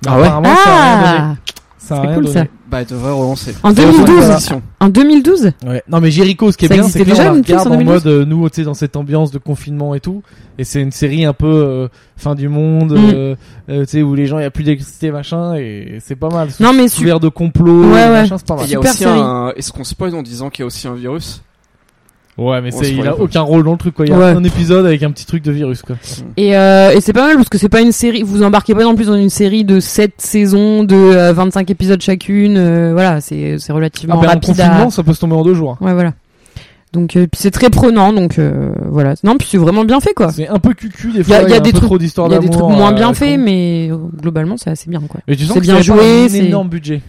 B: Bah,
D: Ah ouais.
B: apparemment, ça a rien donné.
C: Ah,
B: Ça a
C: c'est
B: rien
C: cool
B: donné.
C: ça.
D: Bah, il devrait relancer.
C: En
B: Et enfin,
C: 2012.
B: voilà.
C: En 2012.
B: Ouais. Non mais Jericho, ce qui est
C: Ça
B: bien, c'est
C: existait
B: que là,
C: déjà,
B: on la
C: une pièce en
B: regarde en
C: 2012?
B: mode euh, nous, tu sais, dans cette ambiance de confinement et tout, et c'est une série un peu euh, fin du monde,
C: Mm.
B: euh, euh, tu sais, où les gens, il y a plus d'électricité machin, et c'est pas mal. Sous
C: Non mais su-
B: couvert de complot,
C: Ouais, ouais.
B: machin, c'est pas
D: Et
B: mal.
D: Il y a
C: Ah, Super
D: aussi
C: série.
D: un est-ce qu'on spoil en disant qu'il y a aussi un virus
B: Ouais, mais
D: On
B: c'est,
D: se
B: il a
D: croyait pas.
B: aucun rôle dans le truc. Quoi. Il y a
C: Ouais.
B: un épisode avec un petit truc de virus. Quoi.
C: et, euh, et c'est pas mal parce que c'est pas une série. Vous embarquez pas non plus dans une série de 7 saisons de euh, 25 épisodes chacune. euh, voilà, c'est c'est relativement
B: Ah, ben, en
C: rapide. à-
B: confinement, ça peut se tomber en deux jours. hein.
C: Ouais, voilà. Donc euh, puis c'est très prenant. Donc euh, voilà. Non, puis c'est vraiment bien fait quoi.
B: C'est un peu cucu des
C: Ah. Il y
B: fois.
C: a-
B: Il y a, des trucs, trop d'histoires
C: Il y a des
B: d'amour,
C: trucs moins
B: euh,
C: bien
B: con.
C: faits, mais euh, globalement c'est assez bien quoi.
B: Mais tu sens
C: C'est
B: que
C: bien
B: c'est pas
C: joué,
B: un
C: c'est-
B: énorme budget.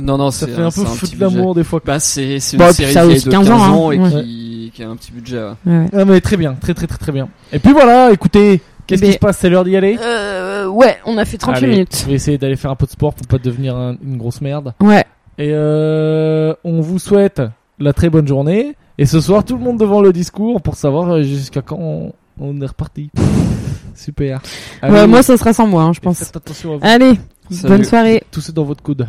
D: Non non,
B: Ça
D: c'est
B: fait un
D: c'est
B: peu
D: petit
B: foutre
D: budget.
B: l'amour des fois.
D: Bah, c'est c'est une
C: Bah, puis
D: série
C: ça a
D: vieille
C: aussi
D: de
C: 15
D: 15
C: ans,
D: ans
C: hein.
D: et
C: Ouais.
D: qui, qui a un petit budget. ouais.
C: Ouais, ouais.
B: Ah, mais très bien, très très très très bien. Et puis voilà, écoutez, qu'est-ce
C: Mais-
B: qui se passe C'est l'heure d'y aller
C: Euh, ouais, on a fait 38
B: Allez,
C: Eh minutes.
B: Je vais essayer d'aller faire un peu de sport pour pas devenir un- une grosse merde.
C: Ouais.
B: Et euh, on vous souhaite la très bonne journée. Et ce soir, tout le monde devant le discours pour savoir euh, jusqu'à quand on, on est reparti. Super.
C: Ouais,
B: Allez,
C: moi, ça sera sans moi, hein, je
B: et
C: pense.
B: Faites attention à vous.
C: Allez,
D: Salut.
C: bonne soirée.
B: Toussez dans votre coude.